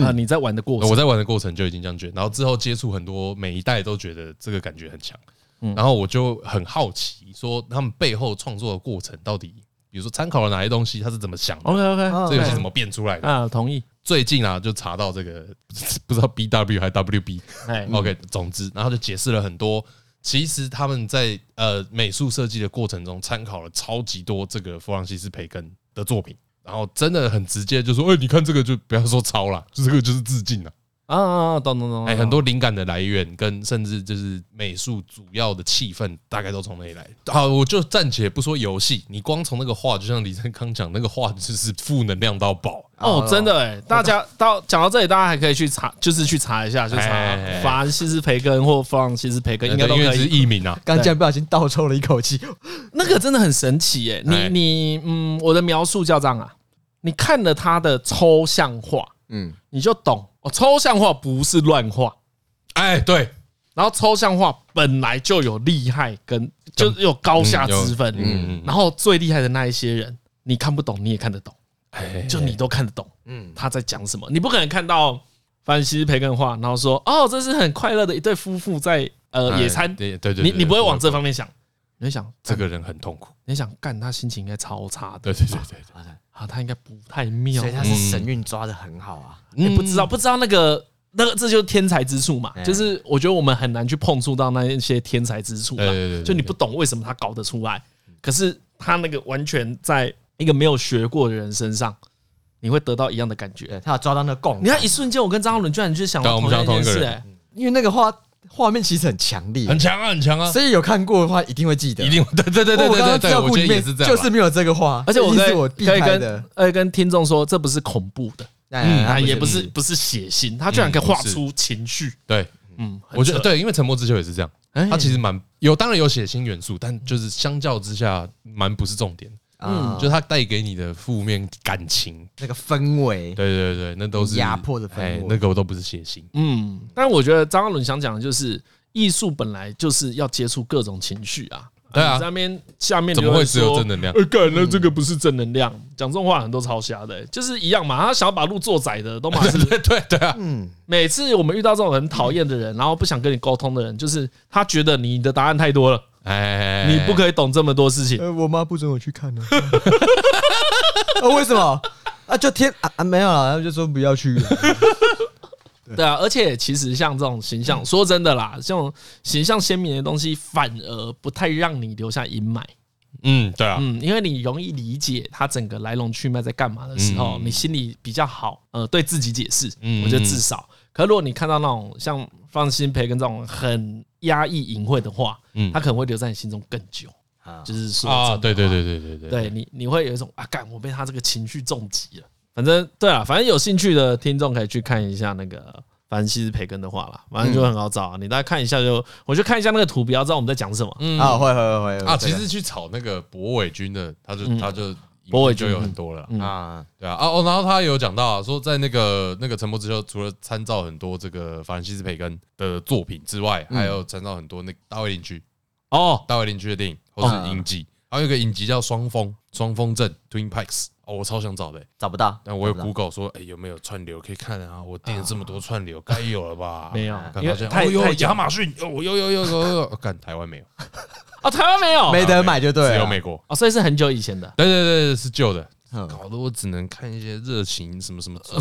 [SPEAKER 1] 啊，你在玩的过程，
[SPEAKER 3] 我在玩的过程就已经这样觉得，然后之后接触很多每一代都觉得这个感觉很强，
[SPEAKER 1] 嗯
[SPEAKER 3] 然后我就很好奇，说他们背后创作的过程到底，比如说参考了哪些东西，他是怎么想的，
[SPEAKER 1] OK OK
[SPEAKER 2] 哦
[SPEAKER 3] 这个游戏怎么变出来的？
[SPEAKER 1] 啊，同意，
[SPEAKER 3] 最近啊，就查到这个 不知道 B W 还 W B，
[SPEAKER 1] 哎，
[SPEAKER 3] OK，总之，然后就解释了很多。其实他们在呃美术设计的过程中，参考了超级多这个弗朗西斯培根的作品，然后真的很直接就说：“哎、你看这个就不要说抄啦， 就这个就是致敬了。
[SPEAKER 1] 啊啊，啊懂懂懂，
[SPEAKER 3] 哎、
[SPEAKER 1] 懂
[SPEAKER 3] 很多灵感的来源跟甚至就是美术主要的气氛，大概都从那里来。好，我就暂且不说游戏，你光从那个画，就像李正康讲，那个画就是负能量到爆。
[SPEAKER 1] 哦，真的哎，大 家到讲到这里，大家还可以去查，就是去查一下，就查
[SPEAKER 3] 哎哎哎
[SPEAKER 1] 法兰西斯培根或弗朗西斯培根，应该都
[SPEAKER 3] 因为
[SPEAKER 1] 可
[SPEAKER 3] 是
[SPEAKER 1] 以。
[SPEAKER 3] 艺名啊，
[SPEAKER 2] 刚竟然不小心倒抽了一口气，
[SPEAKER 1] 那个真的很神奇耶！你
[SPEAKER 3] 哎
[SPEAKER 1] 你嗯，我的描述叫这样啊，你看了他的抽象画，
[SPEAKER 2] 嗯，
[SPEAKER 1] 你就懂哦，抽象画不是乱画，
[SPEAKER 3] 哎，对，
[SPEAKER 1] 然后抽象画本来就有厉害跟就是有高下之分，
[SPEAKER 3] 嗯有嗯
[SPEAKER 1] 然后最厉害的那一些人，你看不懂你也看得懂，
[SPEAKER 3] 哎，
[SPEAKER 1] 就你都看得懂，
[SPEAKER 2] 嗯
[SPEAKER 1] 嗯，他在讲什么，你不可能看到凡西斯培根画，然后说哦，这是很快乐的一对夫妇在呃
[SPEAKER 3] 哎
[SPEAKER 1] 野餐，
[SPEAKER 3] 对对对，
[SPEAKER 1] 你
[SPEAKER 3] 对
[SPEAKER 1] 你不会往
[SPEAKER 3] 对
[SPEAKER 1] 这方面想，你会想
[SPEAKER 3] 这个人很痛苦。
[SPEAKER 1] 你会想干他心情应该超差的
[SPEAKER 3] 对对对对对，
[SPEAKER 1] 啊，他应该不太妙
[SPEAKER 2] 所以，他是
[SPEAKER 3] 嗯
[SPEAKER 2] 神韵抓的很好啊。
[SPEAKER 3] 哎
[SPEAKER 1] 你不知道不知道那个。那个这就是天才之处嘛，
[SPEAKER 2] 哎
[SPEAKER 1] 就是我觉得我们很难去碰触到那一些天才之处嘛
[SPEAKER 3] 对对对对，
[SPEAKER 1] 就你不懂为什么他搞得出来，可是他那个完全在一个没有学过的人身上，你会得到一样的感觉。
[SPEAKER 2] 对他有抓到那个共
[SPEAKER 1] 你
[SPEAKER 2] 感，
[SPEAKER 1] 看一瞬间，我跟张浩伦居然就想到
[SPEAKER 3] 哎对我
[SPEAKER 1] 同样一
[SPEAKER 3] 们想到
[SPEAKER 1] 件
[SPEAKER 3] 同一
[SPEAKER 1] 事、
[SPEAKER 3] 个
[SPEAKER 1] 哎，
[SPEAKER 2] 因为那个画画面其实很强烈，
[SPEAKER 3] 很强啊，很强啊，
[SPEAKER 2] 所以有看过的话一定会记得。哦
[SPEAKER 3] 一定对对对对
[SPEAKER 2] 我刚
[SPEAKER 3] 对
[SPEAKER 2] 刚
[SPEAKER 3] 对
[SPEAKER 2] 资料
[SPEAKER 3] 对，我
[SPEAKER 2] 库
[SPEAKER 3] 觉得
[SPEAKER 2] 里
[SPEAKER 3] 也
[SPEAKER 2] 面
[SPEAKER 3] 是这样啊
[SPEAKER 2] 就
[SPEAKER 3] 啦，
[SPEAKER 2] 是没有这个画，
[SPEAKER 1] 而且我可
[SPEAKER 2] 这一定
[SPEAKER 1] 以
[SPEAKER 2] 是我避
[SPEAKER 1] 可以
[SPEAKER 2] 开
[SPEAKER 1] 跟
[SPEAKER 2] 的。
[SPEAKER 1] 可以跟听众说，这不是恐怖的，
[SPEAKER 2] 哎
[SPEAKER 1] 啊，
[SPEAKER 2] 它
[SPEAKER 1] 也不是不是血腥，他居然可以画出情绪，
[SPEAKER 3] 对，
[SPEAKER 1] 嗯，很
[SPEAKER 3] 我觉得
[SPEAKER 1] 扯
[SPEAKER 3] 对，因为《沉默之丘》也是这样，
[SPEAKER 1] 哎
[SPEAKER 3] 它其实蛮有，当然有血腥元素，但就是相较之下，蛮不是重点，嗯
[SPEAKER 2] 啊，
[SPEAKER 3] 就它带给你的负面感情，
[SPEAKER 2] 那个氛围，
[SPEAKER 3] 对对对，那都是
[SPEAKER 2] 压迫的氛围
[SPEAKER 3] 哎那个我都不是血腥，
[SPEAKER 1] 嗯，但我觉得张浩伦想讲的就是，艺术本来就是要接触各种情绪啊。
[SPEAKER 3] 对啊
[SPEAKER 1] 你在那边下面
[SPEAKER 3] 怎么
[SPEAKER 1] 留言
[SPEAKER 3] 会只有
[SPEAKER 1] 说
[SPEAKER 3] 正能量
[SPEAKER 1] 哎，干那这个不是正能量，讲这种话很多超瞎的、欸就是一样嘛。他想要把路做窄的， 都嘛是
[SPEAKER 3] 对对对啊，
[SPEAKER 1] 每次我们遇到这种很讨厌的人，然后不想跟你沟通的人，就是他觉得你的答案太多了，
[SPEAKER 3] 哎，
[SPEAKER 1] 你不可以懂这么多事情。
[SPEAKER 2] 呃，我妈不准我去 看呢。啊，为什么？啊，就天啊啊，没有了，他们就说不要去了。
[SPEAKER 1] 对啊，而且其实像这种形象，
[SPEAKER 3] 嗯
[SPEAKER 1] 说真的啦，这种形象鲜明的东西，反而不太让你留下阴霾。
[SPEAKER 3] 嗯，对啊，
[SPEAKER 1] 嗯，因为你容易理解他整个来龙去脉在干嘛的时候，你心里比较好，呃，对自己解释。
[SPEAKER 3] 嗯
[SPEAKER 1] 我觉得至少。可如果你看到那种像放心培根这种很压抑隐晦的话，
[SPEAKER 3] 嗯
[SPEAKER 1] 他可能会留在你心中更久。就是说
[SPEAKER 3] 啊，
[SPEAKER 1] 真的
[SPEAKER 3] 对
[SPEAKER 1] 话
[SPEAKER 3] 对对对对对，
[SPEAKER 1] 对你你会有一种啊，干我被他这个情绪重击了。反正对啊，反正有兴趣的听众可以去看一下那个凡西斯培根的话啦，反正就很好找、啊，你大家看一下就，我就看一下那个图标，知道我们在讲什么。
[SPEAKER 3] 嗯
[SPEAKER 2] 啊，会会会会
[SPEAKER 3] 啊，其实去炒那个博伟军的，他就他就
[SPEAKER 1] 柏伟
[SPEAKER 3] 就
[SPEAKER 1] 军
[SPEAKER 3] 有很多了
[SPEAKER 1] 嗯
[SPEAKER 3] 啦。
[SPEAKER 2] 啊，
[SPEAKER 3] 对啊，啊哦，然后他有讲到啊，说在那个那个《沉默之丘》，除了参照很多这个法兰西斯培根的作品之外，还有参照很多那个大卫林区、
[SPEAKER 1] 哦，
[SPEAKER 3] 大卫林区的电影或是影集，还有一个影集叫《双峰》，双峰镇 （Twin Peaks）。哦，我超想找的欸、
[SPEAKER 2] 找不到。
[SPEAKER 3] 但我有
[SPEAKER 2] 找不到
[SPEAKER 3] Google 说，哎、有没有串流可以看啊？我订了这么多串流，该有了吧？
[SPEAKER 1] 没有因
[SPEAKER 3] 看
[SPEAKER 1] 为
[SPEAKER 3] 发现
[SPEAKER 1] 太
[SPEAKER 3] 哦有
[SPEAKER 1] 太久
[SPEAKER 3] 亚马逊，哦有有有有有有，哦干台湾没有，
[SPEAKER 1] 啊，台湾没有，
[SPEAKER 2] 没得买就对
[SPEAKER 3] 只
[SPEAKER 2] 了
[SPEAKER 3] 有。美国。
[SPEAKER 1] 哦，所以是很久以前的。
[SPEAKER 3] 对对对，对是旧的，是
[SPEAKER 2] 嗯
[SPEAKER 3] 搞得我只能看一些热情什 么什么组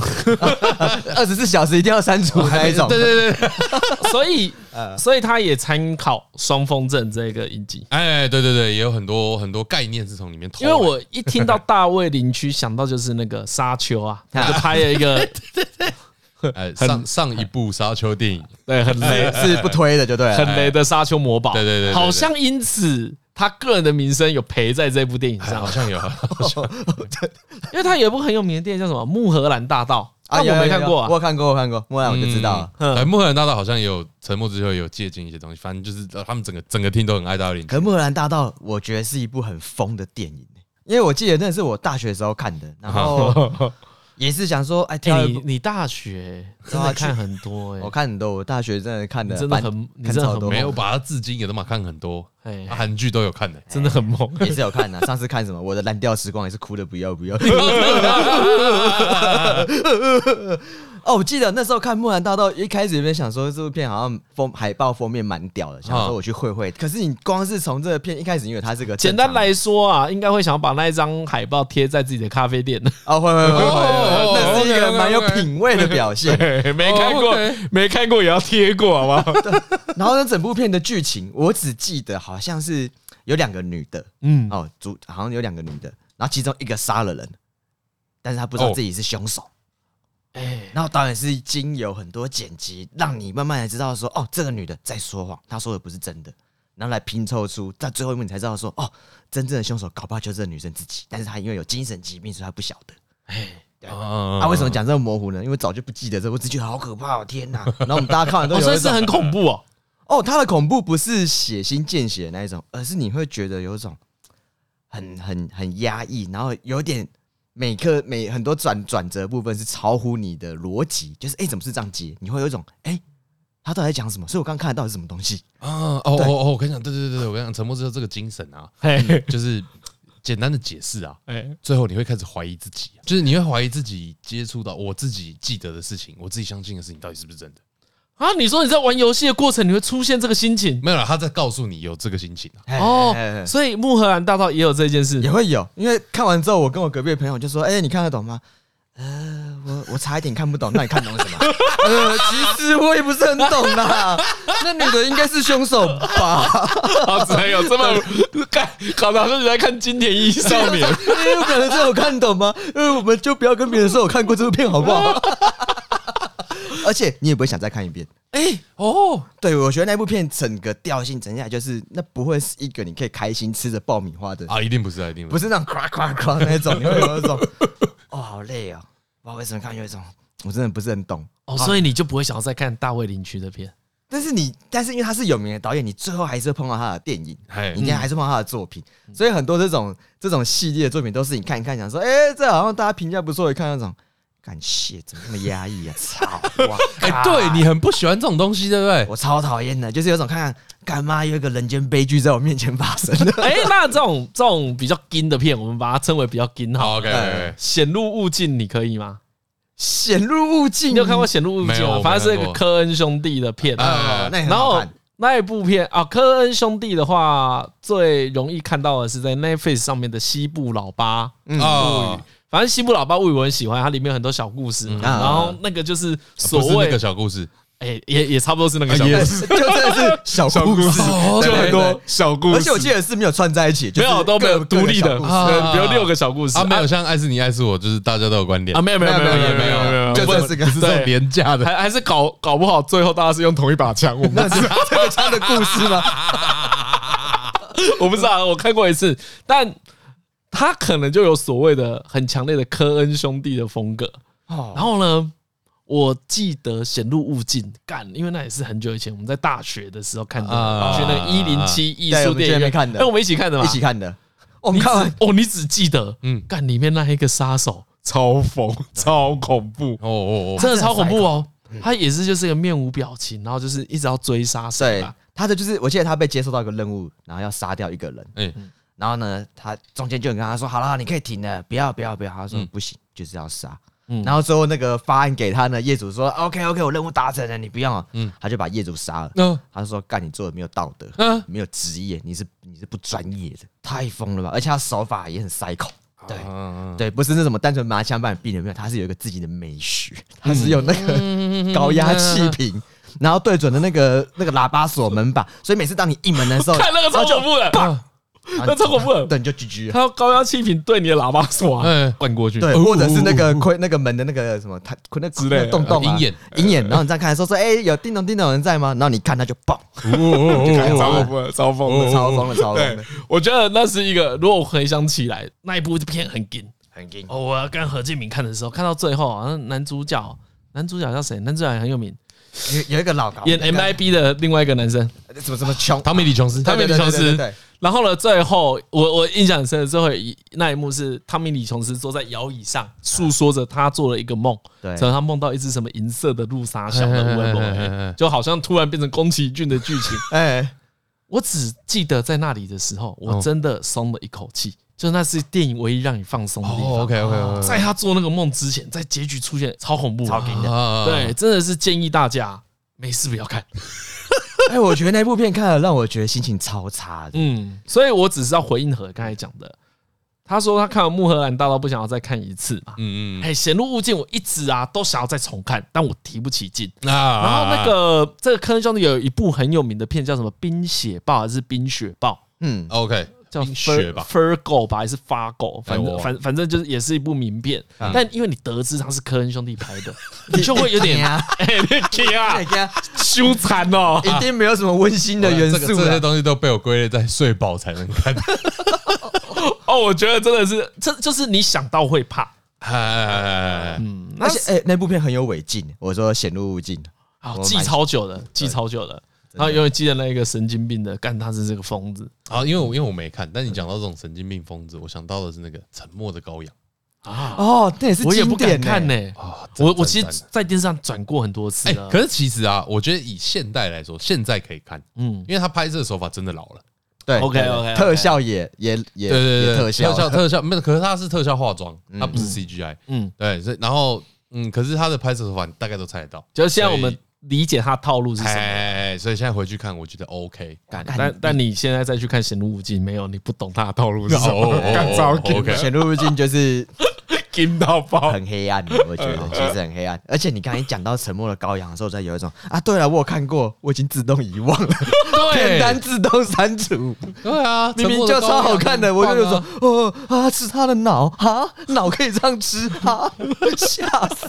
[SPEAKER 2] 二十四小时一定要删除那一种，
[SPEAKER 3] 对对对，
[SPEAKER 1] 所以，
[SPEAKER 3] 呃
[SPEAKER 1] 所以他也参考双峰镇这个影集。
[SPEAKER 3] 哎，对对对，也有很多很多概念是从里面偷
[SPEAKER 1] 因
[SPEAKER 3] 来
[SPEAKER 1] 为
[SPEAKER 3] 的。
[SPEAKER 1] 我一听到大卫林区，想到就是那个沙丘啊， 他就拍了一个
[SPEAKER 3] 哎上上一部沙丘电影，
[SPEAKER 1] 对很雷
[SPEAKER 2] 是不推的就对
[SPEAKER 1] 很
[SPEAKER 2] 了。
[SPEAKER 1] 雷的沙丘魔堡。
[SPEAKER 3] 对对对对对
[SPEAKER 1] 好像因此他个人的名声有陪在这部电影
[SPEAKER 3] 哎
[SPEAKER 1] 上
[SPEAKER 3] 好，像有，
[SPEAKER 1] 因为他有一部很有名的电影叫什么《穆荷兰大道》，啊，
[SPEAKER 2] 有
[SPEAKER 1] 我没
[SPEAKER 2] 有
[SPEAKER 1] 看
[SPEAKER 2] 有
[SPEAKER 1] 过
[SPEAKER 2] 我
[SPEAKER 1] 啊。
[SPEAKER 2] 有看过，我看过，莫兰我就知道了。
[SPEAKER 3] 嗯。哎，幕后人大道好像也有沉默之后也有借鉴一些东西，反正就是呃他们整个整个 team 都很爱大卫林
[SPEAKER 2] 可是《木兰大道》，我觉得是一部很疯的电影，欸因为我记得那是我大学的时候看的，然后也是想说，哎，挑
[SPEAKER 1] 哦哎，
[SPEAKER 2] 一
[SPEAKER 1] 你
[SPEAKER 2] 部
[SPEAKER 1] 你大学真的看很多
[SPEAKER 2] 我
[SPEAKER 1] 哎，
[SPEAKER 2] 看很多，我大学真的看的
[SPEAKER 1] 你真的
[SPEAKER 2] 蛮
[SPEAKER 1] 很你
[SPEAKER 2] 看
[SPEAKER 1] 真的
[SPEAKER 2] 超
[SPEAKER 1] 很
[SPEAKER 2] 多，
[SPEAKER 3] 没有把他至今也都嘛看很多，
[SPEAKER 1] 哎
[SPEAKER 3] 啊韩剧都有看的。
[SPEAKER 2] 哎
[SPEAKER 1] 真的很猛。
[SPEAKER 2] 也是有看的。上次看什么？我的蓝调时光也是哭的不要不要。哦，我记得那时候看《木兰大道》，一开始有点想说这部片好像封海报封面蛮屌的，想说我去会会。可是你光是从这个片一开始，因为它是 个
[SPEAKER 1] 简
[SPEAKER 2] 正常
[SPEAKER 1] 单来说啊，应该会想要把那一张海报贴在自己的咖啡 店。
[SPEAKER 2] 哦，会会会会
[SPEAKER 3] 哦
[SPEAKER 2] 会，那是一个
[SPEAKER 3] OK，OK，OK
[SPEAKER 2] 蛮有品味的表现。
[SPEAKER 1] 对，哎没看过，
[SPEAKER 3] 哦，OK
[SPEAKER 1] 没看过也要贴过，好不 好？
[SPEAKER 2] 然后呢，整部片的剧情我只记得好像是有两个女的，
[SPEAKER 1] 嗯，
[SPEAKER 2] 哦，主好像有两个女的，然后其中一个杀了人，但是她不知道
[SPEAKER 3] 哦
[SPEAKER 2] 自己是凶手。
[SPEAKER 1] 哎，
[SPEAKER 2] 然后导演是经由很多剪辑，让你慢慢的知道说，哦，这个女的在说谎，她说的不是真的，然后来拼凑出，到最后一幕你才知道说，哦，真正的凶手搞不好就是这个女生自己，但是她因为有精神疾病，所以她不晓得。
[SPEAKER 3] 啊
[SPEAKER 2] 啊，为什么讲这么模糊呢？因为早就不记得这，我只觉得好可怕、哦，天 哪！然后我们大家看完都
[SPEAKER 1] 哦，
[SPEAKER 2] 有
[SPEAKER 1] 所以
[SPEAKER 2] 一
[SPEAKER 1] 是
[SPEAKER 2] 种，
[SPEAKER 1] 很恐怖哦。
[SPEAKER 2] 哦，她的恐怖不是血腥见血的那一种，而是你会觉得有一种很很很压抑，然后有点每刻每很多转转折部分是超乎你的逻辑，就是哎、诶怎么是这样接？你会有一种哎、诶他到底在讲什么？所以我刚刚看的到底是什么东西？
[SPEAKER 3] 啊？哦哦哦！我跟你讲，对对对对，我跟你讲，沉默之后这个精神啊，
[SPEAKER 1] 嘿，
[SPEAKER 3] 就是简单的解释啊，
[SPEAKER 1] 哎，
[SPEAKER 3] 最后你会开始怀疑自己，就是你会怀疑自己接触到我自己记得的事情，我自己相信的事情到底是不是真的？
[SPEAKER 1] 啊，你说你在玩游戏的过程，你会出现这个心情
[SPEAKER 3] 没有啦，他在告诉你有这个心情啊。
[SPEAKER 1] 哦
[SPEAKER 2] 嘿嘿嘿，
[SPEAKER 1] 所以穆荷兰大道也有这件事
[SPEAKER 2] 也。会有，因为看完之后，我跟我隔壁的朋友就说：“哎、你看得懂吗？”呃，我我差一点看不懂，那你看懂什么？呃，其实我也不是很懂啦。那女的应该是凶手吧？
[SPEAKER 1] 啊，只能有这么看，搞得好像你在看经典意义少 年。
[SPEAKER 2] 因为有可能是我看懂吗？因为我们就不要跟别人说我看过这部片，好不好？ 而且你也不会想再看一遍。
[SPEAKER 1] 哎，哦，
[SPEAKER 2] 对，我觉得那部片整个调性整下来就是，那不会是一个你可以开心吃着爆米花的
[SPEAKER 3] 啊，一定不是啊，一定
[SPEAKER 2] 不
[SPEAKER 3] 是。
[SPEAKER 2] 是那种咵咵咵那种，你会有一 种哦好累哦，不知道为什么看有一种我真的不是很懂。
[SPEAKER 1] 哦，所以你就不会想要再看大卫林区的片。
[SPEAKER 2] 但是你，但是因为他是有名的导演，你最后还是会碰到他的电影，
[SPEAKER 3] 哎
[SPEAKER 2] 你
[SPEAKER 1] 嗯
[SPEAKER 2] 应该还是碰到他的作品，所以很多这种这种系列的作品都是你看一看，想说，哎、这好像大家评价不错，一看那种，感谢怎么那么压抑啊？ 操！哇，
[SPEAKER 3] 哎，对你很不喜欢这种东西，对不对？
[SPEAKER 2] 我超讨厌的，就是有种看看干妈有一个人间悲剧在我面前发 生的。
[SPEAKER 1] 哎，那这种这种比较金的片，我们把它称为比较金好。
[SPEAKER 3] 好，OK，
[SPEAKER 1] 显露物境，你可以吗？
[SPEAKER 2] 显入物境，
[SPEAKER 1] 你有看过《显露物境
[SPEAKER 3] 没》有
[SPEAKER 1] 吗？
[SPEAKER 3] 我
[SPEAKER 1] 反正是
[SPEAKER 3] 没
[SPEAKER 1] 那
[SPEAKER 3] 看
[SPEAKER 1] 个
[SPEAKER 3] 过哎
[SPEAKER 1] 科恩兄弟的片。
[SPEAKER 3] 啊
[SPEAKER 2] 哦？那也很
[SPEAKER 1] 然
[SPEAKER 2] 好
[SPEAKER 1] 后
[SPEAKER 2] 看
[SPEAKER 1] 那一部片啊，科恩兄弟的话，最容易看到的是在 Netflix 上面的《西部老八》。
[SPEAKER 2] 嗯
[SPEAKER 3] 啊，
[SPEAKER 1] 反正《西部老八》我以为很喜欢，它里面有很多小故事嘛。
[SPEAKER 3] 嗯
[SPEAKER 2] 啊
[SPEAKER 1] 然后那个就是所
[SPEAKER 3] 不是那
[SPEAKER 1] 谓
[SPEAKER 3] 个，小故事，
[SPEAKER 1] 哎，也啊也差不多是那个小故
[SPEAKER 3] 也
[SPEAKER 1] 事，
[SPEAKER 3] 是
[SPEAKER 2] 就真的是小故事，
[SPEAKER 3] 哦
[SPEAKER 2] 对
[SPEAKER 1] 就很多
[SPEAKER 2] 对
[SPEAKER 1] 小故事。
[SPEAKER 2] 而且我记得是没有串在一起，就
[SPEAKER 1] 没
[SPEAKER 2] 是
[SPEAKER 1] 有都没有
[SPEAKER 2] 各
[SPEAKER 1] 独立的，呃
[SPEAKER 2] 各个小
[SPEAKER 1] 对
[SPEAKER 2] 故事
[SPEAKER 3] 啊
[SPEAKER 1] 比如六个小故事
[SPEAKER 3] 啊，没有像爱是你爱是我，就是大家都有观点
[SPEAKER 1] 啊，没有没有没有
[SPEAKER 2] 没
[SPEAKER 1] 没
[SPEAKER 2] 有
[SPEAKER 1] 有
[SPEAKER 2] 没
[SPEAKER 1] 没
[SPEAKER 2] 有
[SPEAKER 1] 有没有，
[SPEAKER 2] 没有
[SPEAKER 1] 不
[SPEAKER 2] 就
[SPEAKER 1] 能
[SPEAKER 2] 这是个是
[SPEAKER 3] 这种
[SPEAKER 1] 对，
[SPEAKER 3] 廉价的。
[SPEAKER 1] 还还是搞搞不好最后大家是用同一把枪，我们
[SPEAKER 2] 那是 这个家的故事吗？
[SPEAKER 1] 我不知道，我看过一次，但他可能就有所谓的很强烈的科恩兄弟的风格。然
[SPEAKER 2] 哦，
[SPEAKER 1] 后呢，我记得《显露物境》干，因为那也是很久以前我们在大学的时候看的，
[SPEAKER 3] 啊
[SPEAKER 1] 去那个一零七艺
[SPEAKER 2] 对我
[SPEAKER 1] 术
[SPEAKER 2] 们去
[SPEAKER 1] 电
[SPEAKER 2] 那
[SPEAKER 1] 影
[SPEAKER 2] 边
[SPEAKER 1] 院哎
[SPEAKER 2] 看的
[SPEAKER 1] 那我们一起看的嘛，
[SPEAKER 2] 一起看的。哦我
[SPEAKER 1] 你
[SPEAKER 2] 们
[SPEAKER 1] 只
[SPEAKER 2] 看完
[SPEAKER 1] 哦，你只记得嗯
[SPEAKER 3] 嗯，
[SPEAKER 1] 干里面那一个杀手 超疯超恐怖，
[SPEAKER 3] 哦哦哦，
[SPEAKER 1] 真的超恐怖哦。他也是就是一个面无表情，然后就是一直要追杀啊谁
[SPEAKER 2] 对
[SPEAKER 1] 吧。
[SPEAKER 2] 他的就是，我记得他被接收到一个任务，然后要杀掉一个人，
[SPEAKER 3] 哎，
[SPEAKER 1] 嗯
[SPEAKER 2] 然后呢，他中间就有人跟他说：“好了，你可以停了，不要不要不要。”他说：“
[SPEAKER 3] 嗯
[SPEAKER 2] 不行，就是要杀。”
[SPEAKER 1] 嗯
[SPEAKER 2] 然后最后那个发案给他呢，业主说：“OK OK，我任务达成了，你不要。”嗯
[SPEAKER 3] 嗯，
[SPEAKER 2] 他就把业主杀了。
[SPEAKER 3] 那
[SPEAKER 2] 他说：“干，你做的没有道德，
[SPEAKER 3] 嗯
[SPEAKER 2] 没有职业，你是你是不专业的，太疯了吧！而且他手法也很塞口。对
[SPEAKER 3] 嗯嗯
[SPEAKER 2] 对，不是那什么单纯麻枪把你毙了没有，它是有一个自己的美 学，它是有那
[SPEAKER 1] 嗯
[SPEAKER 2] 个高压气瓶，然后对准了那个那个喇叭锁门把，所以每次当你一门的时候，
[SPEAKER 1] 看那个超恐怖的，
[SPEAKER 2] 然后
[SPEAKER 1] 那
[SPEAKER 2] 你
[SPEAKER 1] 超恐怖的，
[SPEAKER 2] 对，你就 GG 了。
[SPEAKER 1] 他要高压气瓶对你的喇叭锁啊
[SPEAKER 3] 哎
[SPEAKER 1] 灌过去，
[SPEAKER 2] 对，或者是那个窥那个门的那个什么，它窥那
[SPEAKER 1] 哦之类的
[SPEAKER 2] 那洞洞啊
[SPEAKER 3] 鹰眼
[SPEAKER 2] 鹰
[SPEAKER 1] 呃
[SPEAKER 2] 眼，然后你再看的时候说，哎，有叮咚叮咚有人在吗？然后你看它就爆，
[SPEAKER 1] 哦 看超恐怖的，超疯的。
[SPEAKER 2] 超疯了，
[SPEAKER 1] 哦
[SPEAKER 2] 超疯
[SPEAKER 1] 对
[SPEAKER 2] 了，，
[SPEAKER 1] 我觉得那是一个，如果回想起来，那一部片很劲。
[SPEAKER 2] 很硬。
[SPEAKER 1] 哦，我要跟何建明看的时候，看到最后，好像男主角，男主角叫谁？男主角很有名，
[SPEAKER 2] 有有一个老高
[SPEAKER 1] 演
[SPEAKER 2] 那个
[SPEAKER 1] MIB 的另外一个男生。
[SPEAKER 2] 什么什么穷，
[SPEAKER 3] 汤米李琼斯，
[SPEAKER 1] 汤米
[SPEAKER 2] 对
[SPEAKER 1] 李
[SPEAKER 2] 对
[SPEAKER 1] 琼
[SPEAKER 2] 对对
[SPEAKER 1] 斯
[SPEAKER 2] 对对。
[SPEAKER 1] 然后呢，最后我我印象很深的最后一那一幕是汤米李琼斯坐在摇椅上，诉说着他做了一个梦，
[SPEAKER 2] 对
[SPEAKER 1] 然后他梦到一只什么银色的路杀小的乌龟
[SPEAKER 3] 嘿嘿嘿嘿嘿
[SPEAKER 1] 就好像突然变成宫崎骏的剧情。
[SPEAKER 2] 哎，
[SPEAKER 1] 我只记得在那里的时候，我
[SPEAKER 3] 哦
[SPEAKER 1] 真的松了一口气，就那是电影唯一让你放松的地
[SPEAKER 3] 哦
[SPEAKER 1] 方。
[SPEAKER 3] ，OK OK OK，
[SPEAKER 1] 在他做那个梦之前，在结局出现超恐怖的，
[SPEAKER 2] 超惊的。
[SPEAKER 3] 啊
[SPEAKER 1] 对，，真的是建议大家没事不要看。
[SPEAKER 2] 哎，我觉得那部片看了让我觉得心情超差的。
[SPEAKER 1] 嗯，所以我只是要回应何刚才讲的，他说他看完《穆赫兰大道》不想要再看一次嘛。
[SPEAKER 3] 嗯嗯
[SPEAKER 1] 哎，《显露物件》我一直啊都想要再重看，但我提不起劲。
[SPEAKER 3] 嗯，啊
[SPEAKER 1] 然后那个这个科恩兄弟有一部很有名的片叫什么《冰雪豹》还是《冰雪豹》？
[SPEAKER 2] 嗯，
[SPEAKER 3] 啊 OK，
[SPEAKER 1] 叫
[SPEAKER 3] 冰雪
[SPEAKER 1] Fur
[SPEAKER 3] 吧，
[SPEAKER 1] Furgo 吧，还是 Fargo？反
[SPEAKER 3] 哎
[SPEAKER 1] 正
[SPEAKER 3] 我
[SPEAKER 1] 反反正就是也是一部名片，但因为你得知他是科恩兄弟拍的，嗯 你就会有 点
[SPEAKER 2] 啊，
[SPEAKER 1] 哎， 你天啊
[SPEAKER 2] 哎，呀
[SPEAKER 1] 羞惭 哦。
[SPEAKER 2] 一定没有什么温馨的元
[SPEAKER 3] 啊这个
[SPEAKER 2] 素
[SPEAKER 3] 这些
[SPEAKER 2] 了。
[SPEAKER 3] 东西都被我归类在睡饱才能 看。
[SPEAKER 1] 哦，我觉得真的是，这就是你想到会怕。
[SPEAKER 3] 哎，
[SPEAKER 1] 嗯，那
[SPEAKER 2] 而且，哎，那部片很有违禁，我说显露无尽。
[SPEAKER 1] 啊，
[SPEAKER 2] 我
[SPEAKER 1] 记
[SPEAKER 2] 蛮
[SPEAKER 1] 超久的，记超久的。然后永远记得那一个神经病的，干他是这个疯子
[SPEAKER 3] 好，因为我因为我没看，但你讲到这种神经病疯子，我想到的是那个《沉默的羔羊》
[SPEAKER 1] 啊！
[SPEAKER 2] 哦，那也是
[SPEAKER 1] 我也不
[SPEAKER 2] 经典欸
[SPEAKER 1] 敢看呢、
[SPEAKER 3] 啊，
[SPEAKER 1] 我我其
[SPEAKER 3] 赞
[SPEAKER 1] 实在电视上转过很多次
[SPEAKER 3] 哎、
[SPEAKER 1] 了。
[SPEAKER 3] 可是其实啊，我觉得以现代来说，现在可以看，
[SPEAKER 1] 嗯，
[SPEAKER 3] 因为他拍摄手法真的老了。
[SPEAKER 2] 对
[SPEAKER 1] OK，OK，OK
[SPEAKER 2] 特效也也也
[SPEAKER 3] 对对
[SPEAKER 2] 也
[SPEAKER 3] 对，
[SPEAKER 2] 特效
[SPEAKER 3] 特效特效没有，可是他是特效化妆，他不是 CGI。
[SPEAKER 1] 嗯
[SPEAKER 3] 嗯，对，所以然后嗯，可是他的拍摄手法你大概都猜得到。
[SPEAKER 1] 就是现在我们理解他套路是什么，
[SPEAKER 3] 哎，所以现在回去看，我觉得 OK。
[SPEAKER 2] 干
[SPEAKER 1] 但但你现在再去看《显露无尽》，没有，你不懂他的套路是什么，干
[SPEAKER 3] 哦
[SPEAKER 1] 糟
[SPEAKER 2] 但
[SPEAKER 3] OK，
[SPEAKER 2] 显露无尽就是
[SPEAKER 1] 金到
[SPEAKER 3] 哦
[SPEAKER 1] 爆。
[SPEAKER 2] 很黑暗， 我觉
[SPEAKER 3] 嗯
[SPEAKER 2] 得其实很黑暗。而且你刚才讲到《沉默的羔羊》的时候，再有一种啊，对了，我有看过，我已经自动遗忘了，片单自动删除，
[SPEAKER 3] 对啊，
[SPEAKER 2] 明明就超好看的，我就有种哦啊，吃他的脑啊， 脑可以这样吃啊， 吓死！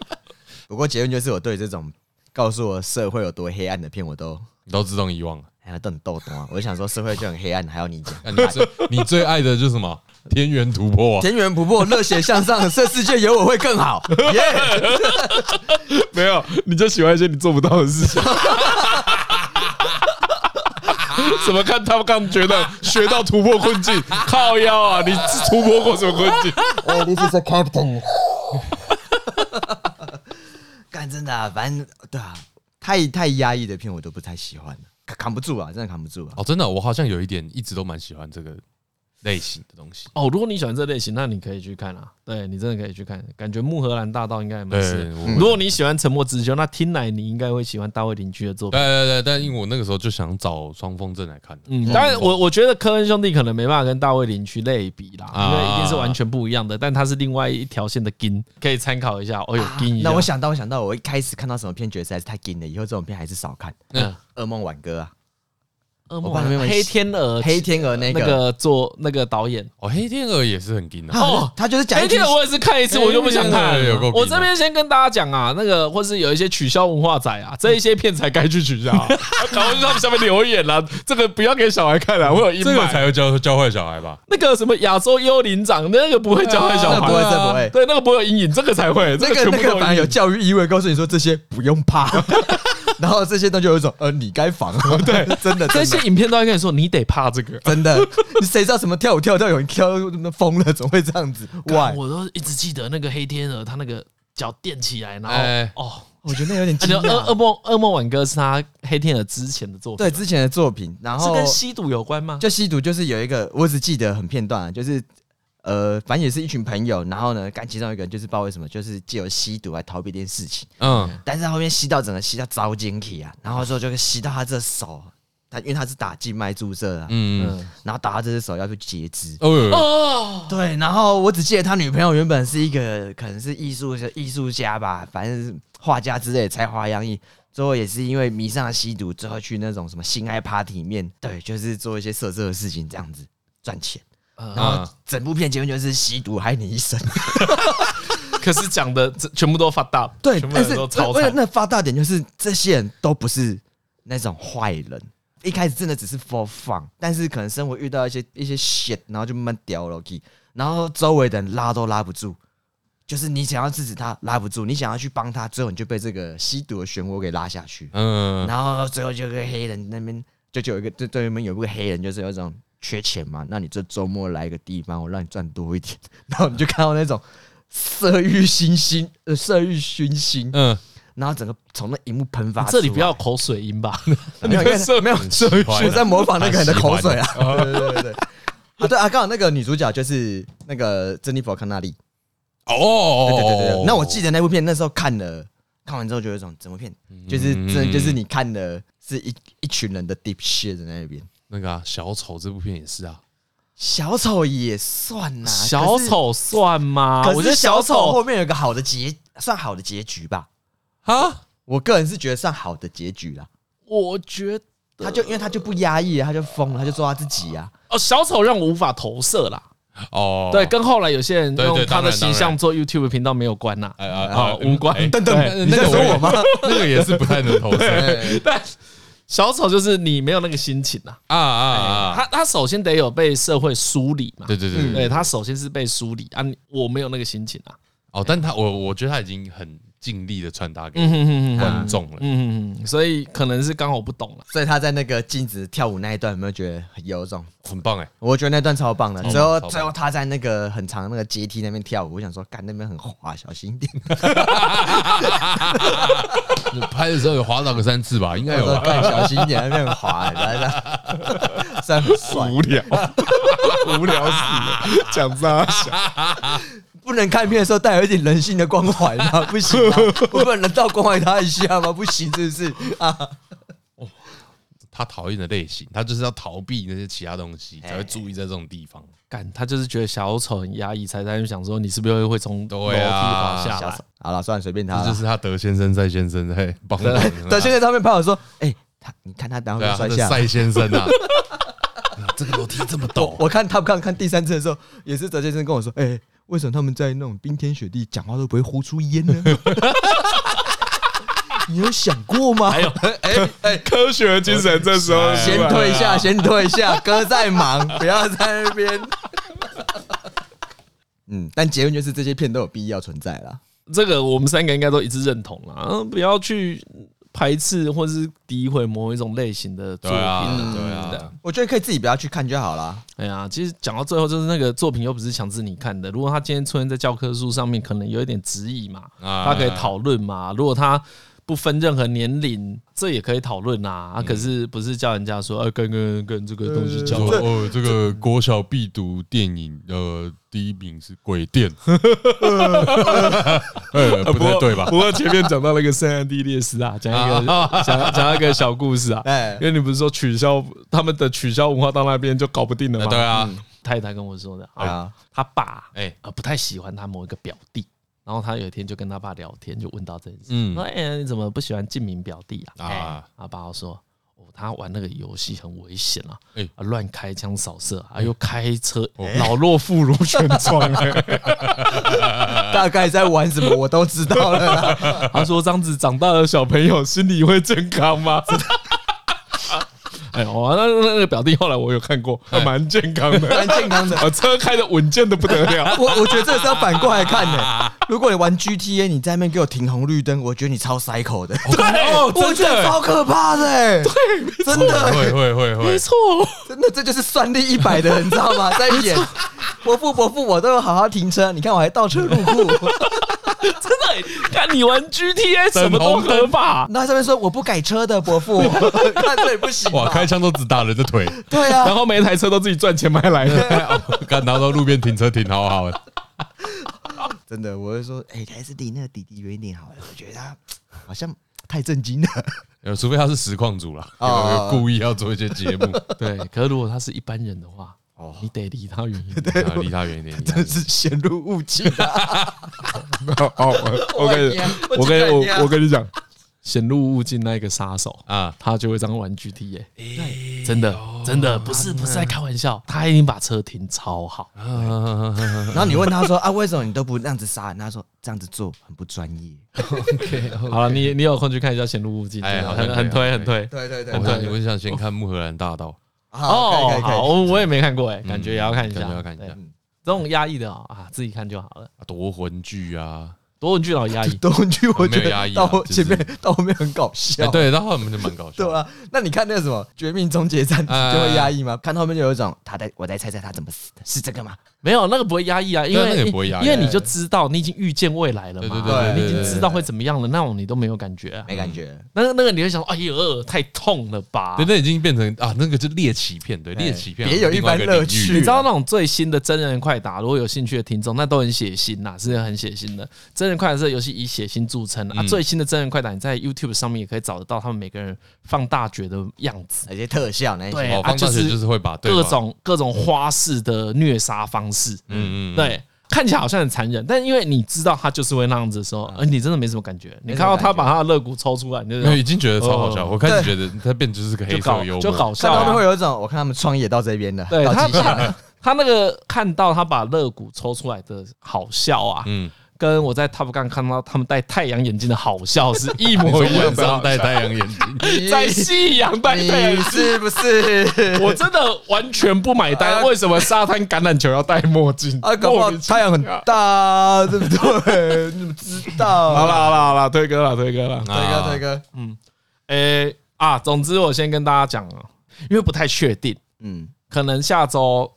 [SPEAKER 2] 不过结论就是，我对这种告诉我社会有多黑暗的片，我都
[SPEAKER 3] 你都自动遗忘了。
[SPEAKER 2] 还要瞪豆豆啊！我就想说，社会就很黑暗，还要啊你 讲？
[SPEAKER 3] 那你最你最爱的就是什么？天元突破啊！
[SPEAKER 2] 田园不破，热血向上，这世界有我会更 好。耶、
[SPEAKER 1] 没有，你就喜欢一些你做不到的事情。怎么看他们刚觉得学到突破困境？靠腰啊！你突破过什么困境？
[SPEAKER 2] This is a captain 干真的、啊，反正对啊，太太压抑的片我都不太喜欢了，扛扛不住啊，真的扛不住啊。
[SPEAKER 3] 哦，真的，我好像有一点一直都蛮喜欢这个类型的东西。
[SPEAKER 1] 哦，如果你喜欢这类型，那你可以去看啊。对你真的可以去看，感觉穆荷兰大道应该也蛮适
[SPEAKER 3] 对，
[SPEAKER 1] 合。
[SPEAKER 3] 我
[SPEAKER 1] 如果你喜欢《沉默之丘》，那听来你应该会喜欢大卫邻居的作品
[SPEAKER 3] 对。对对，但因为我那个时候就想找双峰镇来看的，
[SPEAKER 1] 嗯，当然我，我觉得科恩兄弟可能没办法跟大卫邻居类比啦，
[SPEAKER 3] 啊
[SPEAKER 1] 因为一定是完全不一样的。但它是另外一条线的根，可以参考一下。哦，有根一下。
[SPEAKER 2] 啊那我想到，我想到，我一开始看到什么片觉得实在是太劲了，以后这种片还是少看。
[SPEAKER 1] 嗯
[SPEAKER 2] 嗯，噩梦挽歌啊，
[SPEAKER 1] 噩
[SPEAKER 2] 我帮你
[SPEAKER 1] 梦嗯
[SPEAKER 2] 们
[SPEAKER 1] 黑天鹅，
[SPEAKER 2] 黑天鹅那
[SPEAKER 1] 那
[SPEAKER 2] 个，
[SPEAKER 1] 个做那个导演。
[SPEAKER 3] 哦，黑天鹅也是很劲的。
[SPEAKER 1] 哦
[SPEAKER 2] 哦，他就是讲
[SPEAKER 1] 黑
[SPEAKER 2] 一句
[SPEAKER 1] 天，鹅我也是看一次，我就不想看
[SPEAKER 3] 黑天鹅有
[SPEAKER 1] 了
[SPEAKER 3] 够。
[SPEAKER 1] 我这边先跟大家讲啊，那个或是有一些取消文化仔啊，这一些片才该去取 消啊。然后就他们下面留言啦，这个不要给小孩看了，会有阴
[SPEAKER 3] 这个
[SPEAKER 1] 霾。
[SPEAKER 3] 才会教教坏小孩吧？
[SPEAKER 1] 那个什么亚洲幽灵长，那个啊不会教坏小
[SPEAKER 2] 这
[SPEAKER 1] 孩，
[SPEAKER 2] 不会，这不会，
[SPEAKER 1] 对，那个不会有阴影，这个才 会，这
[SPEAKER 2] 那
[SPEAKER 1] 全
[SPEAKER 2] 个
[SPEAKER 1] 部
[SPEAKER 2] 那
[SPEAKER 1] 都
[SPEAKER 2] 个反而
[SPEAKER 1] 阴
[SPEAKER 2] 有
[SPEAKER 1] 影。
[SPEAKER 2] 教育意味，告诉你说这些不用怕。然后这些东西有一种，呃，你该防、对， 真的，
[SPEAKER 1] 这
[SPEAKER 2] 真
[SPEAKER 1] 些
[SPEAKER 2] 的，
[SPEAKER 1] 影片都在跟你说，你得怕这个。
[SPEAKER 2] 真的，你谁知道什么跳舞跳到有人跳疯了，怎么会这样子？Why？
[SPEAKER 1] 我都一直记得那个黑天鹅，他那个脚垫起来，然
[SPEAKER 3] 哎
[SPEAKER 1] 后哦，
[SPEAKER 2] 我觉得那有点
[SPEAKER 1] 而
[SPEAKER 2] 惊
[SPEAKER 1] 且噩 噩
[SPEAKER 2] 讶。
[SPEAKER 1] 梦噩梦挽歌是他黑天鹅之前的作品
[SPEAKER 2] 呃对
[SPEAKER 1] 吧，
[SPEAKER 2] 之前的作品，然
[SPEAKER 1] 是
[SPEAKER 2] 后
[SPEAKER 1] 跟吸毒有关吗？
[SPEAKER 2] 就吸毒，就是有一个，我只记得很片段啊，就是呃，反正也是一群朋友，然后呢，干其中一个人就是不知道为什么，就是借由吸毒来逃避这件事情，
[SPEAKER 3] 嗯，
[SPEAKER 2] 但是他后面吸到整个吸到糟精体啊，然后之后就吸到他这手，他因为他是打静脉注射啊，
[SPEAKER 3] 嗯，
[SPEAKER 1] 嗯，
[SPEAKER 2] 然后打到这只手要去截肢。
[SPEAKER 3] 哦呦，
[SPEAKER 1] 哦，
[SPEAKER 2] 对，然后我只记得他女朋友原本是一个可能是艺术艺术家吧，反正是画家之类的才华洋溢，最后也是因为迷上了吸毒，最后去那种什么性爱 party 里面，对，就是做一些色色的事情这样子赚钱。
[SPEAKER 1] 嗯啊
[SPEAKER 2] 然后整部片结论就是吸毒害你一生。
[SPEAKER 1] 可是讲的这全部都发大，
[SPEAKER 2] 对，
[SPEAKER 1] 全部
[SPEAKER 2] 但是
[SPEAKER 1] 人都超
[SPEAKER 2] 为了
[SPEAKER 1] 惨，
[SPEAKER 2] 那发大点就是这些人都不是那种坏人，一开始真的只是 for fun，但是可能生活遇到一些一些 shit，然后就慢慢掉了去，然后周围的人拉都拉不住，就是你想要制止他拉不住，你想要去帮他，最后你就被这个吸毒的漩涡给拉下去，
[SPEAKER 3] 嗯，
[SPEAKER 2] 然后最后就有个黑人那边就就有一个对对面有个黑人就是有一种缺钱嘛，那你这周末来一个地方，我让你赚多一点，然后你就看到那种。色欲熏心，呃，色欲熏心，
[SPEAKER 3] 嗯，
[SPEAKER 2] 然后整个从那荧幕喷发出来。
[SPEAKER 1] 这里不要口水音吧？
[SPEAKER 2] 没 有
[SPEAKER 1] 你的设
[SPEAKER 2] 没有，
[SPEAKER 3] 很喜欢
[SPEAKER 2] 我在模仿那个人的口水啊！
[SPEAKER 3] 他喜欢
[SPEAKER 2] 对对对对，啊对啊，刚好那个女主角就是那个珍妮佛康纳利。
[SPEAKER 3] 哦，
[SPEAKER 2] 对对对对，那我记
[SPEAKER 3] 得
[SPEAKER 2] 得那部片那时候看了，看完之后就有一种怎么片，就是真的就是你看的是一一群人的 deep shit 在那边。
[SPEAKER 3] 那个啊，小丑这部片也是啊，
[SPEAKER 2] 小丑也算呐，
[SPEAKER 1] 小丑算吗？
[SPEAKER 2] 可是，
[SPEAKER 1] 我
[SPEAKER 2] 可
[SPEAKER 1] 觉得
[SPEAKER 2] 是小
[SPEAKER 1] 小
[SPEAKER 2] 丑
[SPEAKER 1] 丑
[SPEAKER 2] 后面有个好的结，算好的结局吧。
[SPEAKER 3] 啊，
[SPEAKER 2] 我个人是觉得算好的结局啦。
[SPEAKER 1] 我觉得
[SPEAKER 2] 他就因为他就不压抑啊，他就疯了，他就做他自己啊。
[SPEAKER 1] 哦，小丑让我无法投射啦。
[SPEAKER 3] 哦，
[SPEAKER 1] 对，跟后来有些人
[SPEAKER 3] 对对
[SPEAKER 1] 用他
[SPEAKER 3] 当然
[SPEAKER 1] 的形
[SPEAKER 3] 当然
[SPEAKER 1] 象做 YouTube 频道没有关呐。
[SPEAKER 3] 哎，哎哎
[SPEAKER 1] 哦无关
[SPEAKER 3] 哎
[SPEAKER 1] 等
[SPEAKER 2] 等
[SPEAKER 3] 哎
[SPEAKER 2] 你在
[SPEAKER 3] 那个
[SPEAKER 2] 说
[SPEAKER 3] 也
[SPEAKER 2] 我吗？
[SPEAKER 3] 那个也是不太能投射
[SPEAKER 1] 但小丑就是你没有那个心情呐，
[SPEAKER 3] 啊啊啊！
[SPEAKER 1] 他他首先得有被社会梳理嘛。
[SPEAKER 3] 对对对对
[SPEAKER 1] 对，他首先是被梳理啊，你我没有那个心情啊。
[SPEAKER 3] 哦，但他我我觉得他已经很尽力的传达给
[SPEAKER 1] 嗯哼哼哼，
[SPEAKER 3] 观众了。
[SPEAKER 1] 嗯哼哼，所以可能是刚好我不懂了。
[SPEAKER 2] 所以他在那个镜子跳舞那一段，有没有觉得很有一种？
[SPEAKER 3] 很棒哎、
[SPEAKER 2] 我觉得那段超棒的。
[SPEAKER 3] 超棒
[SPEAKER 2] 最后
[SPEAKER 3] 超，棒
[SPEAKER 2] 最后他在那个很长的那个阶梯那边跳舞，我想说，干那边很滑，小心一点。
[SPEAKER 3] 你拍的时候有滑倒个三次吧，应该
[SPEAKER 2] 我
[SPEAKER 3] 有
[SPEAKER 2] 说
[SPEAKER 3] 吧？
[SPEAKER 2] 干小心一点，那边很滑，来来，虽然很帅，
[SPEAKER 1] 聊，无聊死了，讲啥？
[SPEAKER 2] 不能看片的时候带有一点人性的关怀吗？不行啊，我不能人道关怀他一下吗？不行，是不是啊？
[SPEAKER 3] 他讨厌的类型，他就是要逃避那些其他东西，才会注意在这种地方。
[SPEAKER 1] 干，他就是觉得小丑很压抑，才在那边想说你是不是会从楼梯
[SPEAKER 3] 对啊
[SPEAKER 1] 滑下
[SPEAKER 2] 小
[SPEAKER 1] 来
[SPEAKER 2] 丑？， 好了，算了，随便他
[SPEAKER 3] 这
[SPEAKER 2] 啦
[SPEAKER 3] 就。是他德先生、赛先生在帮忙。
[SPEAKER 2] 哎对，啊现在他们朋友说，哎，他，你看他等
[SPEAKER 3] 对
[SPEAKER 2] 下
[SPEAKER 3] 啊，
[SPEAKER 2] 会摔
[SPEAKER 3] 他的
[SPEAKER 2] 下来。
[SPEAKER 3] 赛先生啊，这个楼梯这么陡，
[SPEAKER 2] 我看他看看第三次的时候，也是泽先生跟我说，哎、为什么他们在那种冰天雪地讲话都不会呼出 烟呢？你有想过吗？
[SPEAKER 1] 还有，
[SPEAKER 2] 哎哎，
[SPEAKER 1] 科学精神这时候
[SPEAKER 2] 先退下，先退下， 哥在忙，不要在那边。 嗯，但结论就是这些片都有必要存在啦。
[SPEAKER 1] 这个我们三个应该都一致认同啦，嗯不要去排斥或是诋毁某一种类型的作
[SPEAKER 3] 对
[SPEAKER 1] 品
[SPEAKER 3] 啊，
[SPEAKER 1] 啊。
[SPEAKER 3] 对啊，
[SPEAKER 2] 我嗯觉得可以自己不要去看就好啦。
[SPEAKER 1] 哎呀，其实讲到最后，就是那个作品又不是强制你看的。如果他今天出现在教科书上面，可能有一点质疑嘛，
[SPEAKER 3] 啊
[SPEAKER 1] 他可以讨论嘛。如果他不分任何年龄，这也可以讨论啊。啊可是不是叫人家说，呃，跟跟跟这个东西
[SPEAKER 3] 就
[SPEAKER 1] 交
[SPEAKER 3] 说
[SPEAKER 1] 换，
[SPEAKER 3] 哦，这个国小必读电影，呃，第一名是《鬼 店》，呃，不太对吧？
[SPEAKER 1] 不过前面讲到那个圣安地列斯啊，讲一个讲讲一个小故事啊，
[SPEAKER 2] 哎
[SPEAKER 1] 因为你不是说取消他们的取消文化到那边就搞不定了
[SPEAKER 3] 呃
[SPEAKER 1] 吗？
[SPEAKER 3] 对啊，
[SPEAKER 1] 太太跟我说的啊，
[SPEAKER 2] 啊，
[SPEAKER 1] 他爸
[SPEAKER 3] 哎
[SPEAKER 1] 哎呃不太喜欢他某一个表弟，然后他有一天就跟他爸聊天，就问到这件事，
[SPEAKER 3] 嗯
[SPEAKER 1] 说哎、你怎么不喜欢敬明表弟啊？
[SPEAKER 3] 啊，
[SPEAKER 1] 他爸说哦他玩那个游戏很危险啊
[SPEAKER 3] 哎，
[SPEAKER 1] 啊乱开枪扫射啊，又开车
[SPEAKER 3] 哦，
[SPEAKER 1] 老弱妇孺全装、哎
[SPEAKER 2] 大概在玩什么我都知道了啦。
[SPEAKER 1] 他说这样子长大的小朋友心理会健康吗？ 哎呦，那那个表弟后来我有看过，还蛮健康的，
[SPEAKER 2] 蛮健康的，
[SPEAKER 1] 啊，车开的稳健的不得了。
[SPEAKER 2] 我我觉得这是要反过来看的、如果你玩 GTA，你在那边给我停红绿灯，我觉得你超 psycho 的，
[SPEAKER 1] 哦
[SPEAKER 2] 我觉得超可怕的、欸。对，真
[SPEAKER 1] 哎
[SPEAKER 2] 的，
[SPEAKER 3] 会会会
[SPEAKER 1] 没
[SPEAKER 3] 会，
[SPEAKER 1] 错，
[SPEAKER 2] 真的，这就是算力一百的人，你知道吗？在演伯父伯父，我都有好好停车，你看我还倒车入库。
[SPEAKER 1] 真的，看你玩 GTA 什么都合法，
[SPEAKER 2] 那上面说我不改车的伯 父，看这也不行
[SPEAKER 3] 哇，
[SPEAKER 2] 吧？
[SPEAKER 3] 开枪都只打人的腿，
[SPEAKER 2] 对啊
[SPEAKER 1] 然，后每一台车都自己赚钱买来的。
[SPEAKER 3] 刚拿到路边停车停好好的，
[SPEAKER 2] 真的，我会说，哎、还是离那个弟弟远一点好了。我觉得他好像太震惊 了。
[SPEAKER 3] 呃，除非他是实况组啦，有
[SPEAKER 2] 哦
[SPEAKER 3] 有故意要做一些节目，
[SPEAKER 1] 对，可是如果他是一般人的话，
[SPEAKER 2] 哦
[SPEAKER 1] 你得离他远一点。
[SPEAKER 3] 啊离他远一点。离他远
[SPEAKER 2] 真
[SPEAKER 3] 一点
[SPEAKER 2] 是陷入误境啊！
[SPEAKER 1] 哦，我跟你，我跟你，我我跟你讲，显露物境那个杀手，
[SPEAKER 3] 啊，
[SPEAKER 1] 他就会这样玩 GTA，真的真的不是不是在开玩笑，他一定把车停超好。
[SPEAKER 3] 哎
[SPEAKER 2] 然后你问他说啊，为什么你都不那样子杀人？他说这样子做很不专业。
[SPEAKER 1] 好了，你你有空去看一下《显露物境》，
[SPEAKER 3] 哎
[SPEAKER 1] 真的
[SPEAKER 3] 好像可
[SPEAKER 1] 很
[SPEAKER 3] 以
[SPEAKER 1] 很推
[SPEAKER 3] 好像
[SPEAKER 1] 很推。
[SPEAKER 2] 对对
[SPEAKER 3] 我想我想先看《木荷兰大道》，
[SPEAKER 2] 好，哦可以可以可
[SPEAKER 1] 哦好，
[SPEAKER 2] 以。
[SPEAKER 1] 我我也没看过哎，感觉也要看一下，
[SPEAKER 3] 感嗯觉要看一下啊
[SPEAKER 1] 对这种压抑的哦啊，自己看就好了。
[SPEAKER 3] 夺魂剧啊，
[SPEAKER 1] 多文俊老压抑，
[SPEAKER 2] 东区我觉
[SPEAKER 3] 没有压抑
[SPEAKER 2] 得
[SPEAKER 3] 啊
[SPEAKER 2] 到后
[SPEAKER 3] 就是
[SPEAKER 2] 前面到后面很搞
[SPEAKER 3] 哎
[SPEAKER 2] 笑，
[SPEAKER 3] 对，到后面就蛮搞
[SPEAKER 1] 啊
[SPEAKER 3] 笑
[SPEAKER 2] 对
[SPEAKER 3] 的。
[SPEAKER 2] 吧？那你看那个什么《绝命终结战》
[SPEAKER 3] 哎
[SPEAKER 2] 就会压抑吗？看到后面就有一种他在我在猜猜他怎么死的，是这个吗？
[SPEAKER 1] 没有那个不会压抑啊，因
[SPEAKER 3] 对那
[SPEAKER 1] 为
[SPEAKER 3] 个也不会压抑
[SPEAKER 1] 因为你就知道你已经预见未来了嘛，
[SPEAKER 3] 对对
[SPEAKER 2] 对
[SPEAKER 3] 对
[SPEAKER 1] 你已
[SPEAKER 2] 对
[SPEAKER 1] 经
[SPEAKER 2] 对
[SPEAKER 1] 知道会怎么样了，那种你都没有感觉啊。
[SPEAKER 2] 没感觉，
[SPEAKER 1] 那个那个你会想说，哎呦，太痛了吧？
[SPEAKER 3] 对，那已经变成啊，那个是猎奇片，对，
[SPEAKER 2] 哎
[SPEAKER 3] 猎奇片
[SPEAKER 2] 别有一番乐趣
[SPEAKER 1] 你
[SPEAKER 3] 趣。
[SPEAKER 1] 知道那种最新的真人快打，如果有兴趣的听众，那都很血腥呐，是很血腥的。真人快打这个游戏以血腥著称啊，
[SPEAKER 3] 嗯
[SPEAKER 1] 最新的真人快打你在 YouTube 上面也可以找得到他们每个人放大决的样子，
[SPEAKER 2] 而且特效那
[SPEAKER 1] 对
[SPEAKER 2] 些，
[SPEAKER 3] 哦，
[SPEAKER 1] 啊
[SPEAKER 3] 方大
[SPEAKER 1] 就
[SPEAKER 3] 学
[SPEAKER 1] 是
[SPEAKER 3] 就是会把对
[SPEAKER 1] 各
[SPEAKER 3] 方，
[SPEAKER 1] 种各种花式的虐杀方式，
[SPEAKER 3] 嗯嗯，
[SPEAKER 1] 对，看起来好像很残忍，但因为你知道他就是会那样子的时
[SPEAKER 3] 嗯
[SPEAKER 1] 候，呃，你真的没什么感觉。你
[SPEAKER 2] 没什
[SPEAKER 1] 看到
[SPEAKER 2] 么
[SPEAKER 1] 他
[SPEAKER 2] 感觉
[SPEAKER 1] 把他的肋骨抽出来，你就
[SPEAKER 3] 没有已经觉得超好笑。
[SPEAKER 1] 哦
[SPEAKER 3] 我开始觉得他变就是个黑
[SPEAKER 1] 就
[SPEAKER 3] 色幽
[SPEAKER 1] 搞
[SPEAKER 3] 默，
[SPEAKER 1] 就搞
[SPEAKER 2] 看
[SPEAKER 1] 笑
[SPEAKER 2] 到后面
[SPEAKER 1] 啊、
[SPEAKER 2] 会有一种我看他们创业到这边的，
[SPEAKER 1] 对
[SPEAKER 2] 到
[SPEAKER 1] 他
[SPEAKER 2] 极限了
[SPEAKER 1] 他 他那个看到他把肋骨抽出来的好笑啊，
[SPEAKER 3] 嗯，
[SPEAKER 1] 跟我在 Top Gun 看到他们戴太阳眼镜的好笑是一模
[SPEAKER 3] 我
[SPEAKER 1] 一样
[SPEAKER 3] 晚上
[SPEAKER 1] 的。
[SPEAKER 3] 戴太阳眼镜，
[SPEAKER 1] 在夕阳戴太阳
[SPEAKER 2] 你
[SPEAKER 1] 眼
[SPEAKER 2] 是不是？
[SPEAKER 1] 镜， 我真的完全不买单。为什么沙滩橄榄球要戴墨镜？
[SPEAKER 2] 啊，搞不
[SPEAKER 1] 莫
[SPEAKER 2] 好
[SPEAKER 1] 名其妙
[SPEAKER 2] 太阳很大啊，对不对？你怎么知道？
[SPEAKER 1] 好了，好了好了，推歌了推歌了。
[SPEAKER 2] 推哥推哥，
[SPEAKER 1] 诶、啊，总之我先跟大家讲啊，因为不太确定，
[SPEAKER 2] 嗯，
[SPEAKER 1] 可能下周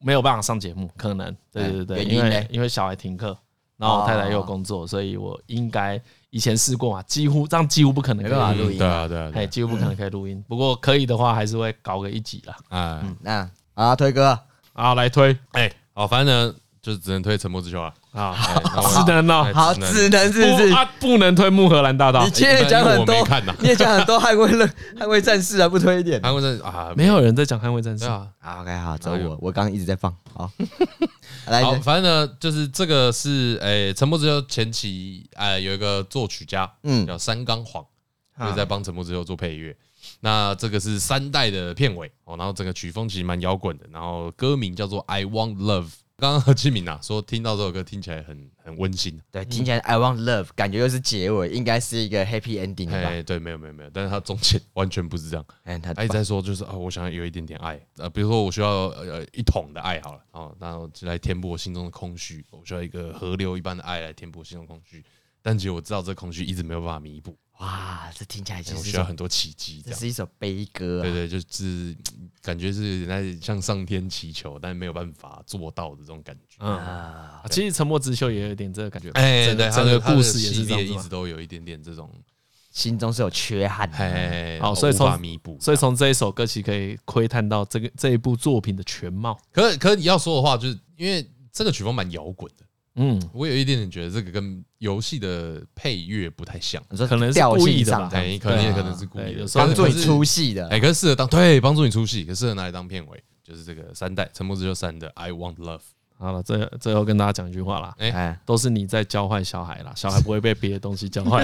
[SPEAKER 1] 没有办法上节目，可能对
[SPEAKER 2] 哎
[SPEAKER 1] 对对，
[SPEAKER 2] 原
[SPEAKER 1] 因
[SPEAKER 2] 因
[SPEAKER 1] 为
[SPEAKER 2] 呢
[SPEAKER 1] 因为小孩停课，然后我太太又工作，所以我应该以前试过嘛，几乎这样几乎不可能
[SPEAKER 2] 没
[SPEAKER 1] 可以
[SPEAKER 2] 办法
[SPEAKER 1] 录
[SPEAKER 2] 录
[SPEAKER 1] 音，
[SPEAKER 2] 音
[SPEAKER 3] 对啊对啊，
[SPEAKER 1] 哎，
[SPEAKER 3] 对
[SPEAKER 1] 几乎不可能可以录音，不过可以的话还是会搞个一集啦。
[SPEAKER 3] 啊，哎
[SPEAKER 2] 那啊，推哥，
[SPEAKER 1] 啊，来推
[SPEAKER 3] 哎，好，反正呢就只能推《沉默之丘》啊。
[SPEAKER 1] 啊，
[SPEAKER 3] 哎那我
[SPEAKER 1] 只能哦
[SPEAKER 3] 哎，
[SPEAKER 2] 好，只能是不是
[SPEAKER 1] 不？啊，啊不能推木荷兰大道
[SPEAKER 2] 你，今天也讲很
[SPEAKER 3] 因为我
[SPEAKER 2] 多
[SPEAKER 3] 没看呐，
[SPEAKER 2] 你也讲很多捍卫了 捍卫战士啊，不推一点？
[SPEAKER 3] 韩国人啊，
[SPEAKER 1] 没有人在讲捍卫战士
[SPEAKER 3] 对，啊。
[SPEAKER 2] 啊 OK，好，走
[SPEAKER 3] 哎呦
[SPEAKER 2] 我，我刚刚一直在放， 好，来，
[SPEAKER 3] 好，反正呢，就是这个是诶，《沉默之丘》前期呃有一个作曲家，
[SPEAKER 2] 嗯啊
[SPEAKER 3] 叫三冈晃，就是在帮《沉默之丘》做配乐。那这个是三代的片尾哦，然后整个曲风其实蛮摇滚的，然后歌名叫做《I Want Love》。刚刚何志敏啊说听到这首歌听起来很很温馨，
[SPEAKER 2] 对，听起来 I want love，感觉又是结尾，应该是一个 happy ending 的吧？
[SPEAKER 3] 哎，对，没有没有没有，但是他中间完全不是这样，
[SPEAKER 2] 哎，他
[SPEAKER 3] 他一直在说就是啊，我想要有一点点爱，呃，比如说我需要呃一桶的爱好了，哦，然后就来填补我心中的空虚，我需要一个河流一般的爱来填补我心中的空虚，但其实我知道这空虚一直没有办法弥补，
[SPEAKER 2] 哇，这听起来
[SPEAKER 3] 哎
[SPEAKER 2] 就
[SPEAKER 3] 我
[SPEAKER 2] 是一
[SPEAKER 3] 需要
[SPEAKER 2] 首
[SPEAKER 3] 很多奇迹，这
[SPEAKER 2] 这
[SPEAKER 3] 样。
[SPEAKER 2] 是一首悲歌啊
[SPEAKER 3] 对，对，就是嗯感觉是人家向上天祈求，但没有办法做到的这种感觉。
[SPEAKER 1] 嗯，
[SPEAKER 2] 啊，
[SPEAKER 1] 啊其实《沉默之丘》也有点这个感觉，
[SPEAKER 3] 哎、
[SPEAKER 1] 整
[SPEAKER 3] 对，
[SPEAKER 1] 个
[SPEAKER 3] 他
[SPEAKER 1] 整
[SPEAKER 3] 的
[SPEAKER 1] 个
[SPEAKER 3] 他的
[SPEAKER 1] 故事也
[SPEAKER 3] 系
[SPEAKER 1] 是这样
[SPEAKER 3] 列一
[SPEAKER 1] 子嘛
[SPEAKER 3] 直。都有一点点这种，
[SPEAKER 2] 心中是有缺憾啊的。
[SPEAKER 3] 哎，
[SPEAKER 1] 好所以
[SPEAKER 3] 无
[SPEAKER 1] 从
[SPEAKER 3] 法弥补。
[SPEAKER 1] 所以从这一首歌曲可以窥探到这个这一部作品的全貌。
[SPEAKER 3] 可可你要说的话，就是因为这个曲风蛮摇滚的，
[SPEAKER 1] 嗯，
[SPEAKER 3] 我有一点点觉得这个跟游戏的配乐不太像，
[SPEAKER 2] 你说
[SPEAKER 1] 可能是
[SPEAKER 2] 调
[SPEAKER 1] 故意
[SPEAKER 2] 性
[SPEAKER 1] 的
[SPEAKER 2] 上
[SPEAKER 1] 吧
[SPEAKER 2] 这样
[SPEAKER 3] 哎，可能
[SPEAKER 1] 对
[SPEAKER 3] 也
[SPEAKER 1] 啊
[SPEAKER 3] 可能是故意
[SPEAKER 1] 对
[SPEAKER 3] 的
[SPEAKER 1] 有，时候
[SPEAKER 2] 帮
[SPEAKER 3] 帮
[SPEAKER 2] 助
[SPEAKER 3] 助
[SPEAKER 2] 你出戏的
[SPEAKER 3] 哎，可是适合当对，帮助你出戏，可适合拿来当片尾，就是这个三代《沉默之丘三》的《I Want Love》。
[SPEAKER 1] 好了，最最后跟大家讲一句话啦，
[SPEAKER 3] 哎
[SPEAKER 2] 哎，
[SPEAKER 1] 都是你在教坏小孩啦，小孩不会被别的东西教 坏，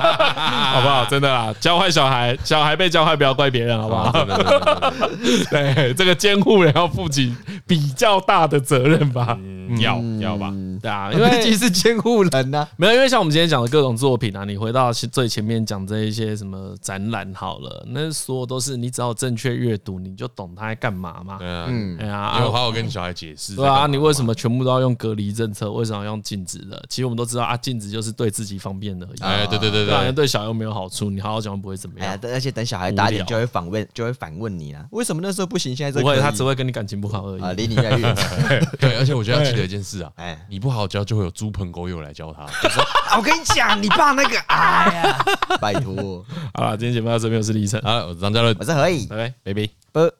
[SPEAKER 1] 好不好？真的啦，教坏小孩，小孩被教坏不要怪别人，好不好？
[SPEAKER 3] 真的真的真的
[SPEAKER 1] 对，这个监护人要负起比较大的责任吧，要要吧，对啊，嗯因
[SPEAKER 2] 毕竟
[SPEAKER 1] 为。
[SPEAKER 2] 是监护人啊呐。
[SPEAKER 1] 没有，因为像我们今天讲的各种作品啊，你回到最前面讲这一些什么展览好了，那所有都是你只要正确阅读，你就懂他在干嘛嘛。
[SPEAKER 3] 对啊，
[SPEAKER 2] 嗯，
[SPEAKER 1] 哎呀，
[SPEAKER 3] 你有
[SPEAKER 1] 啊
[SPEAKER 3] 好好跟你小孩解释。
[SPEAKER 1] 对啊，你为什？么全部都要用隔离政策？为什么要用禁止的？其实我们都知道啊，禁止就是对自己方便而已，
[SPEAKER 3] 哎，对对对
[SPEAKER 1] 当
[SPEAKER 3] 对
[SPEAKER 1] 然，对小啊孩又没有好处。你好好讲不会怎么
[SPEAKER 2] 哎呀，
[SPEAKER 1] 样，
[SPEAKER 2] 等而且等小孩大一点
[SPEAKER 1] 无聊
[SPEAKER 2] 就会反问，就会反问你啊啦。为什么那时候不行，现在
[SPEAKER 1] 不
[SPEAKER 2] 这可
[SPEAKER 1] 会，
[SPEAKER 2] 以
[SPEAKER 1] 他只会跟你感情不好而
[SPEAKER 2] 啊
[SPEAKER 1] 已。
[SPEAKER 2] 离你越来 越远。
[SPEAKER 3] 对，而且我觉得要记得一件事啊，
[SPEAKER 2] 哎，
[SPEAKER 3] 你不好教就会有猪朋狗友来教他。
[SPEAKER 2] 啊我跟你讲，你爸那个，哎呀，拜托，
[SPEAKER 1] 好了，今天节目到这边，我是李晨，
[SPEAKER 3] 啊，我是张嘉乐，
[SPEAKER 2] 我是何以
[SPEAKER 1] 拜拜，拜拜。
[SPEAKER 2] 不。